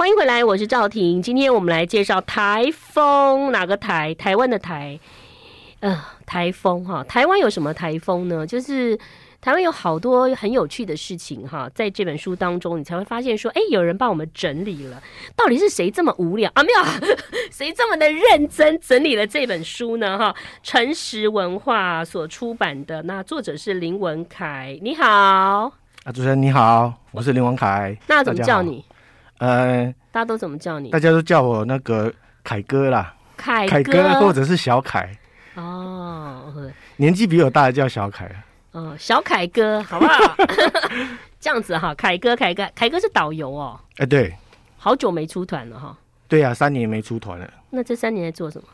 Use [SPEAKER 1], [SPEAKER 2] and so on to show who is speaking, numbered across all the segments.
[SPEAKER 1] 欢迎回来，我是赵婷。今天我们来介绍台风，哪个台？台湾的台，呃，台风哈。台湾有什么台风呢？就是台湾有好多很有趣的事情哈，在这本书当中，你才会发现说，哎，有人帮我们整理了，到底是谁这么无聊啊？ 没有啊，谁这么的认真整理了这本书呢？哈，诚实文化所出版的，那作者是林文凯，你好。
[SPEAKER 2] 啊，主持人你好，我是林王凯。
[SPEAKER 1] 那怎么
[SPEAKER 2] 大家
[SPEAKER 1] 叫？
[SPEAKER 2] 好
[SPEAKER 1] 你？
[SPEAKER 2] 呃，
[SPEAKER 1] 大家都怎么叫你
[SPEAKER 2] 大？家都叫我那个凯哥啦，
[SPEAKER 1] 凯
[SPEAKER 2] 凯哥或者是小凯，
[SPEAKER 1] 哦，呃
[SPEAKER 2] 年纪比我大的叫小凯。啊
[SPEAKER 1] 哦，小凯哥，好不好？ 这样子哈，凯哥，凯哥，凯哥是导游哦，
[SPEAKER 2] 哎、对
[SPEAKER 1] 好久没出团了哈。
[SPEAKER 2] 对啊，三年没出团了，
[SPEAKER 1] 那这三年在做什么？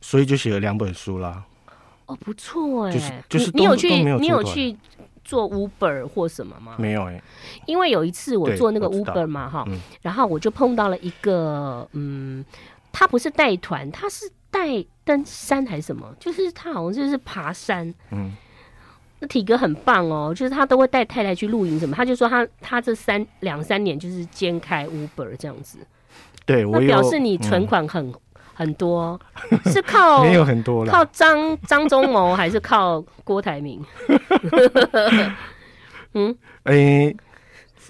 [SPEAKER 2] 所以就写了两本书啦。
[SPEAKER 1] 哦，不错哎、
[SPEAKER 2] 就是就是
[SPEAKER 1] 你你
[SPEAKER 2] 都
[SPEAKER 1] 有去
[SPEAKER 2] 都没有
[SPEAKER 1] 你
[SPEAKER 2] 出
[SPEAKER 1] 有
[SPEAKER 2] 团
[SPEAKER 1] 去做 Uber 或什么吗？
[SPEAKER 2] 没有哎、
[SPEAKER 1] 因为有一次我
[SPEAKER 2] 对
[SPEAKER 1] 做那个
[SPEAKER 2] 我知道
[SPEAKER 1] Uber 嘛哈，
[SPEAKER 2] 嗯
[SPEAKER 1] 然后我就碰到了一个嗯，他不是带团，他是带登山还是什么？就是他好像就是爬山，
[SPEAKER 2] 嗯，
[SPEAKER 1] 那体格很棒哦，就是他都会带太太去露营什么，他就说他他这三两三年就是兼开 Uber 这样子，
[SPEAKER 2] 对
[SPEAKER 1] 那
[SPEAKER 2] 我有嗯
[SPEAKER 1] 表示你存款很、很多，哦是靠
[SPEAKER 2] 没有很多
[SPEAKER 1] 靠
[SPEAKER 2] 啦。
[SPEAKER 1] 张张忠谋 还是靠郭台铭？
[SPEAKER 2] 哎、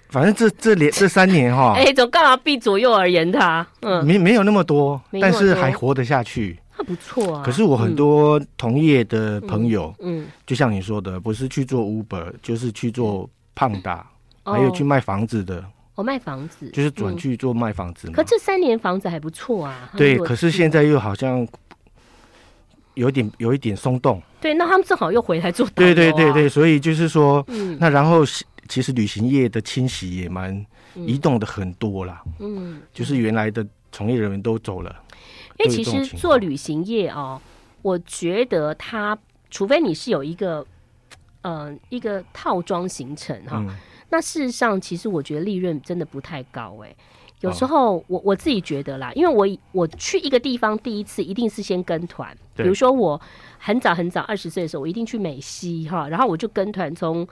[SPEAKER 2] 反正这这连这三年哈
[SPEAKER 1] 哎、，总干嘛避左右而言他？嗯，
[SPEAKER 2] 没没有那么多，
[SPEAKER 1] 没那
[SPEAKER 2] 但
[SPEAKER 1] 么
[SPEAKER 2] 是
[SPEAKER 1] 多
[SPEAKER 2] 还活得下去。
[SPEAKER 1] 他不错啊。
[SPEAKER 2] 可是我很多同业的朋友，
[SPEAKER 1] 嗯，嗯
[SPEAKER 2] 就像你说的，不是去做 Uber，就是去做胖达，
[SPEAKER 1] 哦
[SPEAKER 2] 还有去卖房子的。
[SPEAKER 1] 我卖房子，
[SPEAKER 2] 就是转
[SPEAKER 1] 嗯
[SPEAKER 2] 去做卖房子嘛。
[SPEAKER 1] 可这三年房子还不错啊。他们
[SPEAKER 2] 对，
[SPEAKER 1] 如果
[SPEAKER 2] 可是现在又好像有点有一点松动。
[SPEAKER 1] 对，那他们正好又回来做、啊
[SPEAKER 2] 对对对对，，所以就是说，
[SPEAKER 1] 嗯
[SPEAKER 2] 那然后是其实旅行业的清洗也蛮
[SPEAKER 1] 嗯
[SPEAKER 2] 移动的很多啦，
[SPEAKER 1] 嗯，
[SPEAKER 2] 就是原来的从业人员都走了。
[SPEAKER 1] 因为
[SPEAKER 2] 都有
[SPEAKER 1] 其
[SPEAKER 2] 这种
[SPEAKER 1] 实
[SPEAKER 2] 情
[SPEAKER 1] 做
[SPEAKER 2] 况
[SPEAKER 1] 旅行业哦，我觉得它除非你是有一个呃一个套装行程哈、
[SPEAKER 2] 嗯，
[SPEAKER 1] 那事实上其实我觉得利润真的不太高哎、
[SPEAKER 2] 哦
[SPEAKER 1] 有时候我我自己觉得啦，因为我以我去一个地方第一次一定是先跟团，比
[SPEAKER 2] 对
[SPEAKER 1] 如说我很早很早二十岁的时候，我一定去美西哈，然后我就跟团从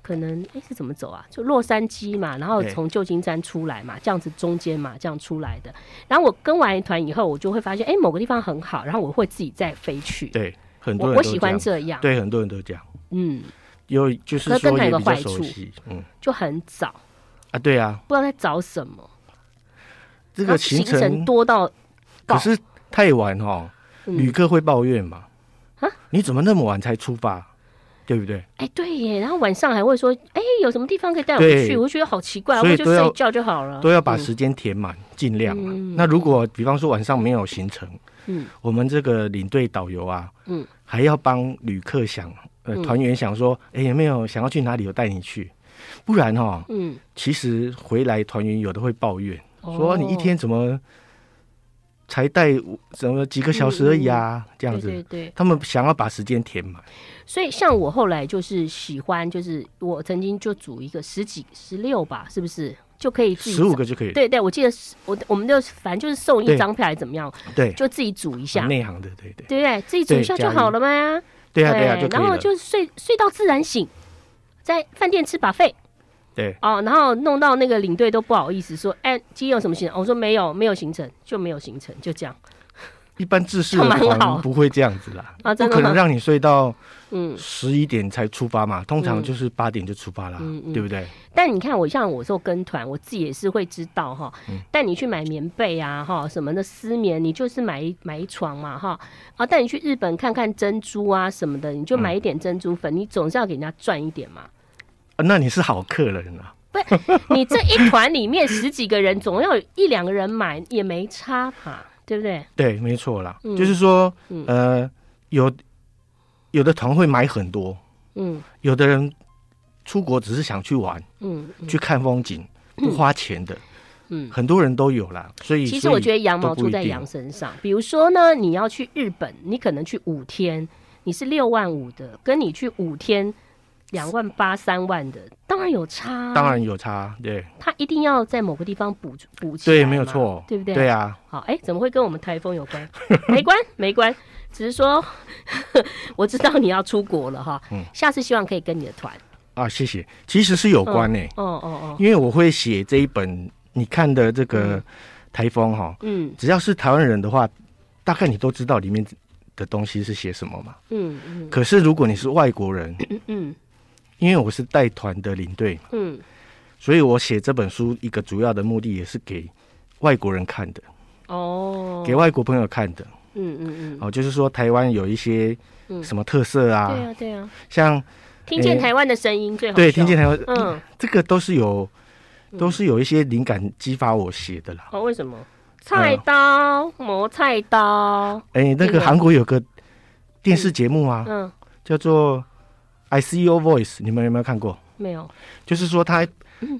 [SPEAKER 1] 可能诶是怎么走啊？就洛杉矶嘛，然后
[SPEAKER 2] 对
[SPEAKER 1] 从旧金山出来嘛，这样子中间嘛这样出来的。然后我跟完一团以后，我就会发现诶某个地方很好，然后我会自己再飞去。
[SPEAKER 2] 对，很
[SPEAKER 1] 我
[SPEAKER 2] 多人
[SPEAKER 1] 我
[SPEAKER 2] 都
[SPEAKER 1] 喜欢
[SPEAKER 2] 样，
[SPEAKER 1] 这样，
[SPEAKER 2] 对，很多人都这样。
[SPEAKER 1] 嗯，
[SPEAKER 2] 有就是
[SPEAKER 1] 可是跟
[SPEAKER 2] 说
[SPEAKER 1] 团有个
[SPEAKER 2] 也比较
[SPEAKER 1] 坏
[SPEAKER 2] 熟
[SPEAKER 1] 处
[SPEAKER 2] 悉，嗯
[SPEAKER 1] 就很早，
[SPEAKER 2] 啊，对啊，
[SPEAKER 1] 不知道在找什么。
[SPEAKER 2] 这
[SPEAKER 1] 然
[SPEAKER 2] 个
[SPEAKER 1] 后行
[SPEAKER 2] 行程
[SPEAKER 1] 多到搞
[SPEAKER 2] 可是太晚哦，
[SPEAKER 1] 嗯
[SPEAKER 2] 旅客会抱怨嘛
[SPEAKER 1] 啊，
[SPEAKER 2] 你怎么那么晚才出发，对不对？
[SPEAKER 1] 哎、对耶，然后晚上还会说，哎、有什么地方可以带我
[SPEAKER 2] 对
[SPEAKER 1] 去？我就觉得好奇怪，
[SPEAKER 2] 所
[SPEAKER 1] 我
[SPEAKER 2] 以
[SPEAKER 1] 就
[SPEAKER 2] 都要
[SPEAKER 1] 睡觉就好了。
[SPEAKER 2] 都要把
[SPEAKER 1] 嗯
[SPEAKER 2] 时间填满，尽量啊。那如果比方说晚上没有行程，
[SPEAKER 1] 嗯
[SPEAKER 2] 我们这个领队导游啊，
[SPEAKER 1] 嗯
[SPEAKER 2] 还要帮旅客想，呃，
[SPEAKER 1] 嗯
[SPEAKER 2] 团员想说，哎、有没有想要去哪里，我带你去。不然哦，
[SPEAKER 1] 嗯，
[SPEAKER 2] 其实回来团员有的会抱怨，说
[SPEAKER 1] 哦
[SPEAKER 2] 你一天怎么才带五怎么几个小时而已啊，这样子。
[SPEAKER 1] 嗯对对对，
[SPEAKER 2] 他们想要把时间填满，
[SPEAKER 1] 所以像我后来就是喜欢，就是我曾经就组一个十几十六吧，是不是就可以自己
[SPEAKER 2] 十五个就可以。
[SPEAKER 1] 对对，我记得是我我们就反正就是送一
[SPEAKER 2] 对
[SPEAKER 1] 张票还是怎么样，
[SPEAKER 2] 对，
[SPEAKER 1] 就自己组一下，
[SPEAKER 2] 内行的，对对
[SPEAKER 1] 对不对？自己组一
[SPEAKER 2] 对
[SPEAKER 1] 下就
[SPEAKER 2] 加一
[SPEAKER 1] 好了嘛。
[SPEAKER 2] 对啊对啊，就可
[SPEAKER 1] 然
[SPEAKER 2] 以
[SPEAKER 1] 后
[SPEAKER 2] 了。
[SPEAKER 1] 就睡睡到自然醒，在饭店吃把费，
[SPEAKER 2] 对
[SPEAKER 1] 哦，然后弄到那个领队都不好意思说，哎，今天有什么行程？我说没有，没有行程，就没有行程，就这样。
[SPEAKER 2] 一般自式的
[SPEAKER 1] 就蛮好
[SPEAKER 2] 团不会这样子啦，
[SPEAKER 1] 啊真
[SPEAKER 2] 不
[SPEAKER 1] 的吗
[SPEAKER 2] 可能让你睡到
[SPEAKER 1] 嗯，
[SPEAKER 2] 十一点才出发嘛，通常
[SPEAKER 1] 嗯
[SPEAKER 2] 就是八点就出发啦，
[SPEAKER 1] 嗯嗯
[SPEAKER 2] 对不对？
[SPEAKER 1] 但你看我像我做跟团，我自己也是会知道哈。带你去买棉被啊，哈什么的丝棉，你就是买一买一床嘛，哈。啊，带你去日本看看珍珠啊什么的，你就买一点珍珠粉，你总是要给人家赚一点嘛。
[SPEAKER 2] 啊，那你是好客人啊，
[SPEAKER 1] 你这一团里面十几个人，总要有一两个人买也没差嘛，对不对？
[SPEAKER 2] 对，没错啦，
[SPEAKER 1] 嗯
[SPEAKER 2] 就是说
[SPEAKER 1] 嗯，
[SPEAKER 2] 呃，有有的团会买很多，
[SPEAKER 1] 嗯
[SPEAKER 2] 有的人出国只是想去玩、
[SPEAKER 1] 嗯嗯
[SPEAKER 2] 去看风景，不花钱的，
[SPEAKER 1] 嗯。
[SPEAKER 2] 很多人都有啦，所以
[SPEAKER 1] 其实我觉
[SPEAKER 2] 得
[SPEAKER 1] 得羊毛出在羊身上。比如说呢，你要去日本，你可能去五天，你是六万五的，跟你去五天两万八、三万的，当然有差、啊
[SPEAKER 2] 当，然有差，对
[SPEAKER 1] 他一定要在某个地方补补起来
[SPEAKER 2] 对，
[SPEAKER 1] 嘛
[SPEAKER 2] 没有错，
[SPEAKER 1] 对不对？
[SPEAKER 2] 对。啊，
[SPEAKER 1] 好，哎，怎么会跟我们台风有关？没关，没关，只是说 我知道你要出国了哈，
[SPEAKER 2] 嗯
[SPEAKER 1] 下次希望可以跟你的团。嗯
[SPEAKER 2] 啊，谢谢，其实是有关呢、
[SPEAKER 1] 哦哦哦，
[SPEAKER 2] 因为我会写这一本你看的这个
[SPEAKER 1] 嗯
[SPEAKER 2] 台风哈、
[SPEAKER 1] 嗯
[SPEAKER 2] 只要是台湾人的话，大概你都知道里面的东西是写什么嘛。
[SPEAKER 1] 嗯嗯
[SPEAKER 2] 可是如果你是外国人，
[SPEAKER 1] 嗯
[SPEAKER 2] 因为我是带团的领队，
[SPEAKER 1] 嗯，
[SPEAKER 2] 所以我写这本书一个主要的目的也是给外国人看的，
[SPEAKER 1] 哦，
[SPEAKER 2] 给外国朋友看的。
[SPEAKER 1] 嗯嗯嗯，
[SPEAKER 2] 哦，就是说台湾有一些
[SPEAKER 1] 嗯
[SPEAKER 2] 什么特色啊，
[SPEAKER 1] 对啊对啊，
[SPEAKER 2] 像
[SPEAKER 1] 听见
[SPEAKER 2] 诶
[SPEAKER 1] 台湾的声音最好笑，
[SPEAKER 2] 对听见台湾，
[SPEAKER 1] 嗯，
[SPEAKER 2] 这个都是有都是有一些灵感激发我写的啦。
[SPEAKER 1] 哦，为什么？菜刀磨菜刀，
[SPEAKER 2] 哎，那
[SPEAKER 1] 这个
[SPEAKER 2] 个韩国有个电视节目啊，
[SPEAKER 1] 嗯，
[SPEAKER 2] 叫做《I See Your Voice》，你们有没有看过？
[SPEAKER 1] 没有，
[SPEAKER 2] 就是说他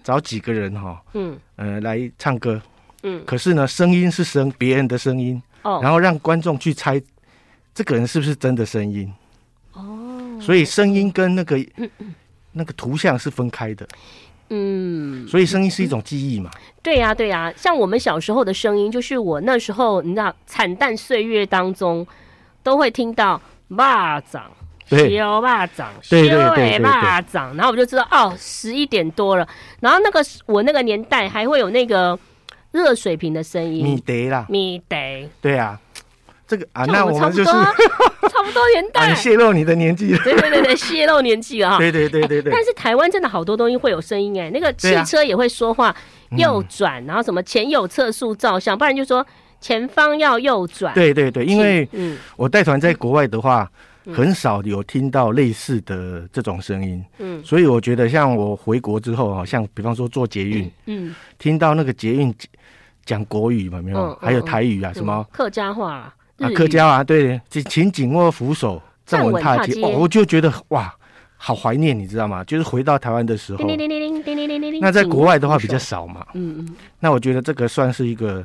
[SPEAKER 2] 找几个人哈、
[SPEAKER 1] 嗯
[SPEAKER 2] 呃，来唱歌，
[SPEAKER 1] 嗯，
[SPEAKER 2] 可是呢，声音是声别人的声音，
[SPEAKER 1] 哦
[SPEAKER 2] 然后让观众去猜这个人是不是真的声音。
[SPEAKER 1] 哦，
[SPEAKER 2] 所以声音跟那个那个图像是分开的，
[SPEAKER 1] 嗯，
[SPEAKER 2] 所以声音是一种记忆嘛。
[SPEAKER 1] 对呀、对呀、像我们小时候的声音，就是我那时候，你知道，惨淡岁月当中，都会听到蚂蚱。
[SPEAKER 2] 对
[SPEAKER 1] 修蚂蚱，
[SPEAKER 2] 对对
[SPEAKER 1] 修
[SPEAKER 2] 对
[SPEAKER 1] 尾
[SPEAKER 2] 对对
[SPEAKER 1] 蚂蚱，哎然后我就知道哦，十一点多了。然后那个我那个年代还会有那个热水瓶的声
[SPEAKER 2] 米
[SPEAKER 1] 音，
[SPEAKER 2] 德啦，
[SPEAKER 1] 米得，
[SPEAKER 2] 对啊，这个啊，
[SPEAKER 1] 像
[SPEAKER 2] 那
[SPEAKER 1] 我
[SPEAKER 2] 我
[SPEAKER 1] 差
[SPEAKER 2] 们
[SPEAKER 1] 不
[SPEAKER 2] 就是
[SPEAKER 1] 多啊 差不多年
[SPEAKER 2] 啊，
[SPEAKER 1] 代
[SPEAKER 2] 你。泄露你的年纪了。
[SPEAKER 1] 对对对对，泄露年纪了哈。
[SPEAKER 2] 对对对对 对
[SPEAKER 1] 但，是台湾真的好多东西会有声音哎，那个
[SPEAKER 2] 对
[SPEAKER 1] 汽
[SPEAKER 2] 啊
[SPEAKER 1] 车也会说话，
[SPEAKER 2] 嗯
[SPEAKER 1] 右转，然后什么前有测速照相，不然就说前方要右转。，
[SPEAKER 2] 对对对，因为
[SPEAKER 1] 嗯
[SPEAKER 2] 我带团在国外的话，
[SPEAKER 1] 嗯
[SPEAKER 2] 很少有听到类似的这种声音，
[SPEAKER 1] 嗯
[SPEAKER 2] 所以我觉得像我回国之后啊，像比方说坐捷运，
[SPEAKER 1] 嗯，
[SPEAKER 2] 听到那个捷运讲国语嘛，没
[SPEAKER 1] 嗯嗯
[SPEAKER 2] 有，还有
[SPEAKER 1] 嗯
[SPEAKER 2] 台语啊，什么
[SPEAKER 1] 客家话、日
[SPEAKER 2] 啊，
[SPEAKER 1] 语
[SPEAKER 2] 客家啊，对，请请紧握扶手，
[SPEAKER 1] 站
[SPEAKER 2] 站
[SPEAKER 1] 稳
[SPEAKER 2] 稳踏
[SPEAKER 1] 踏
[SPEAKER 2] 阶。
[SPEAKER 1] 阶
[SPEAKER 2] 哇，我就觉得哇，好怀念，你知道吗？就是回到台湾的时候
[SPEAKER 1] 叮，叮叮叮叮叮叮叮叮叮。
[SPEAKER 2] 那在国外的话
[SPEAKER 1] 紧
[SPEAKER 2] 比较
[SPEAKER 1] 握扶手，
[SPEAKER 2] 少嘛。
[SPEAKER 1] 嗯
[SPEAKER 2] 那我觉得这个算是一个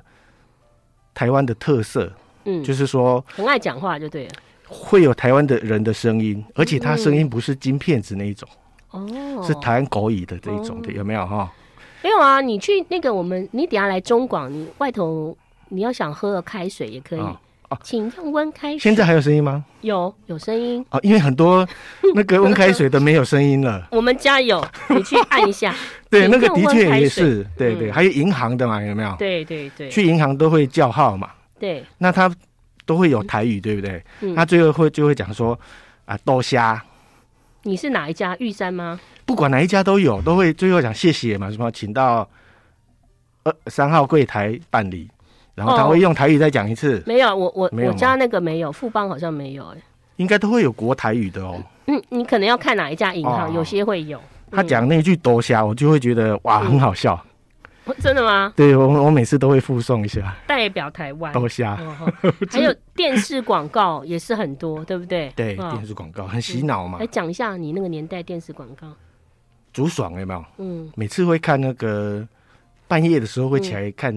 [SPEAKER 2] 台湾的特色，
[SPEAKER 1] 嗯嗯，
[SPEAKER 2] 就是说
[SPEAKER 1] 很爱讲话就对了。
[SPEAKER 2] 会有台湾的人的声音，而且他声音不是金片子那一种，
[SPEAKER 1] 哦，
[SPEAKER 2] 是台湾狗语的这一种的，
[SPEAKER 1] 哦
[SPEAKER 2] 有没有哈？
[SPEAKER 1] 没有啊？你去那个我们，你等一下来中广，你外头你要想喝个开水也可以
[SPEAKER 2] 哦哦，
[SPEAKER 1] 请用温开水。
[SPEAKER 2] 现在还有声音吗？
[SPEAKER 1] 有有声音，
[SPEAKER 2] 啊，因为很多那个温开水的没有声音 了。
[SPEAKER 1] 我们家有，你去按一下。
[SPEAKER 2] 对，
[SPEAKER 1] 请
[SPEAKER 2] 那个
[SPEAKER 1] 用
[SPEAKER 2] 的
[SPEAKER 1] 温开
[SPEAKER 2] 确也
[SPEAKER 1] 水
[SPEAKER 2] 是，对对，
[SPEAKER 1] 嗯
[SPEAKER 2] 还有银行的嘛，有没有？
[SPEAKER 1] 对对对，
[SPEAKER 2] 去银行都会叫号嘛。
[SPEAKER 1] 对，
[SPEAKER 2] 那他都会有台语，对不对？
[SPEAKER 1] 嗯
[SPEAKER 2] 他最后会就会讲说啊，豆虾，
[SPEAKER 1] 你是哪一家？玉山吗？
[SPEAKER 2] 不管哪一家都有，都会最后讲谢谢嘛，什么请到二三号柜台办理，然后他
[SPEAKER 1] 哦
[SPEAKER 2] 会用台语再讲一次，
[SPEAKER 1] 没有，我我
[SPEAKER 2] 没有
[SPEAKER 1] 我
[SPEAKER 2] 吗
[SPEAKER 1] 家那个没有，富邦好像没有、欸。
[SPEAKER 2] 应该都会有国台语的哦。
[SPEAKER 1] 嗯，你可能要看哪一家银行，
[SPEAKER 2] 哦
[SPEAKER 1] 有些会有。
[SPEAKER 2] 他讲那句豆虾，我就会觉得哇，
[SPEAKER 1] 嗯
[SPEAKER 2] 很好笑。
[SPEAKER 1] 嗯真的吗？
[SPEAKER 2] 对我，我每次都会附送一下
[SPEAKER 1] 代表台湾。
[SPEAKER 2] 豆虾。
[SPEAKER 1] 哦好 还有电视广告也是很多，对不对？
[SPEAKER 2] 对，
[SPEAKER 1] 哦
[SPEAKER 2] 电视广告很洗脑嘛
[SPEAKER 1] 来，讲一下你那个年代电视广告。
[SPEAKER 2] 竹爽有没有？
[SPEAKER 1] 嗯，
[SPEAKER 2] 每次会看那个半夜的时候会起来看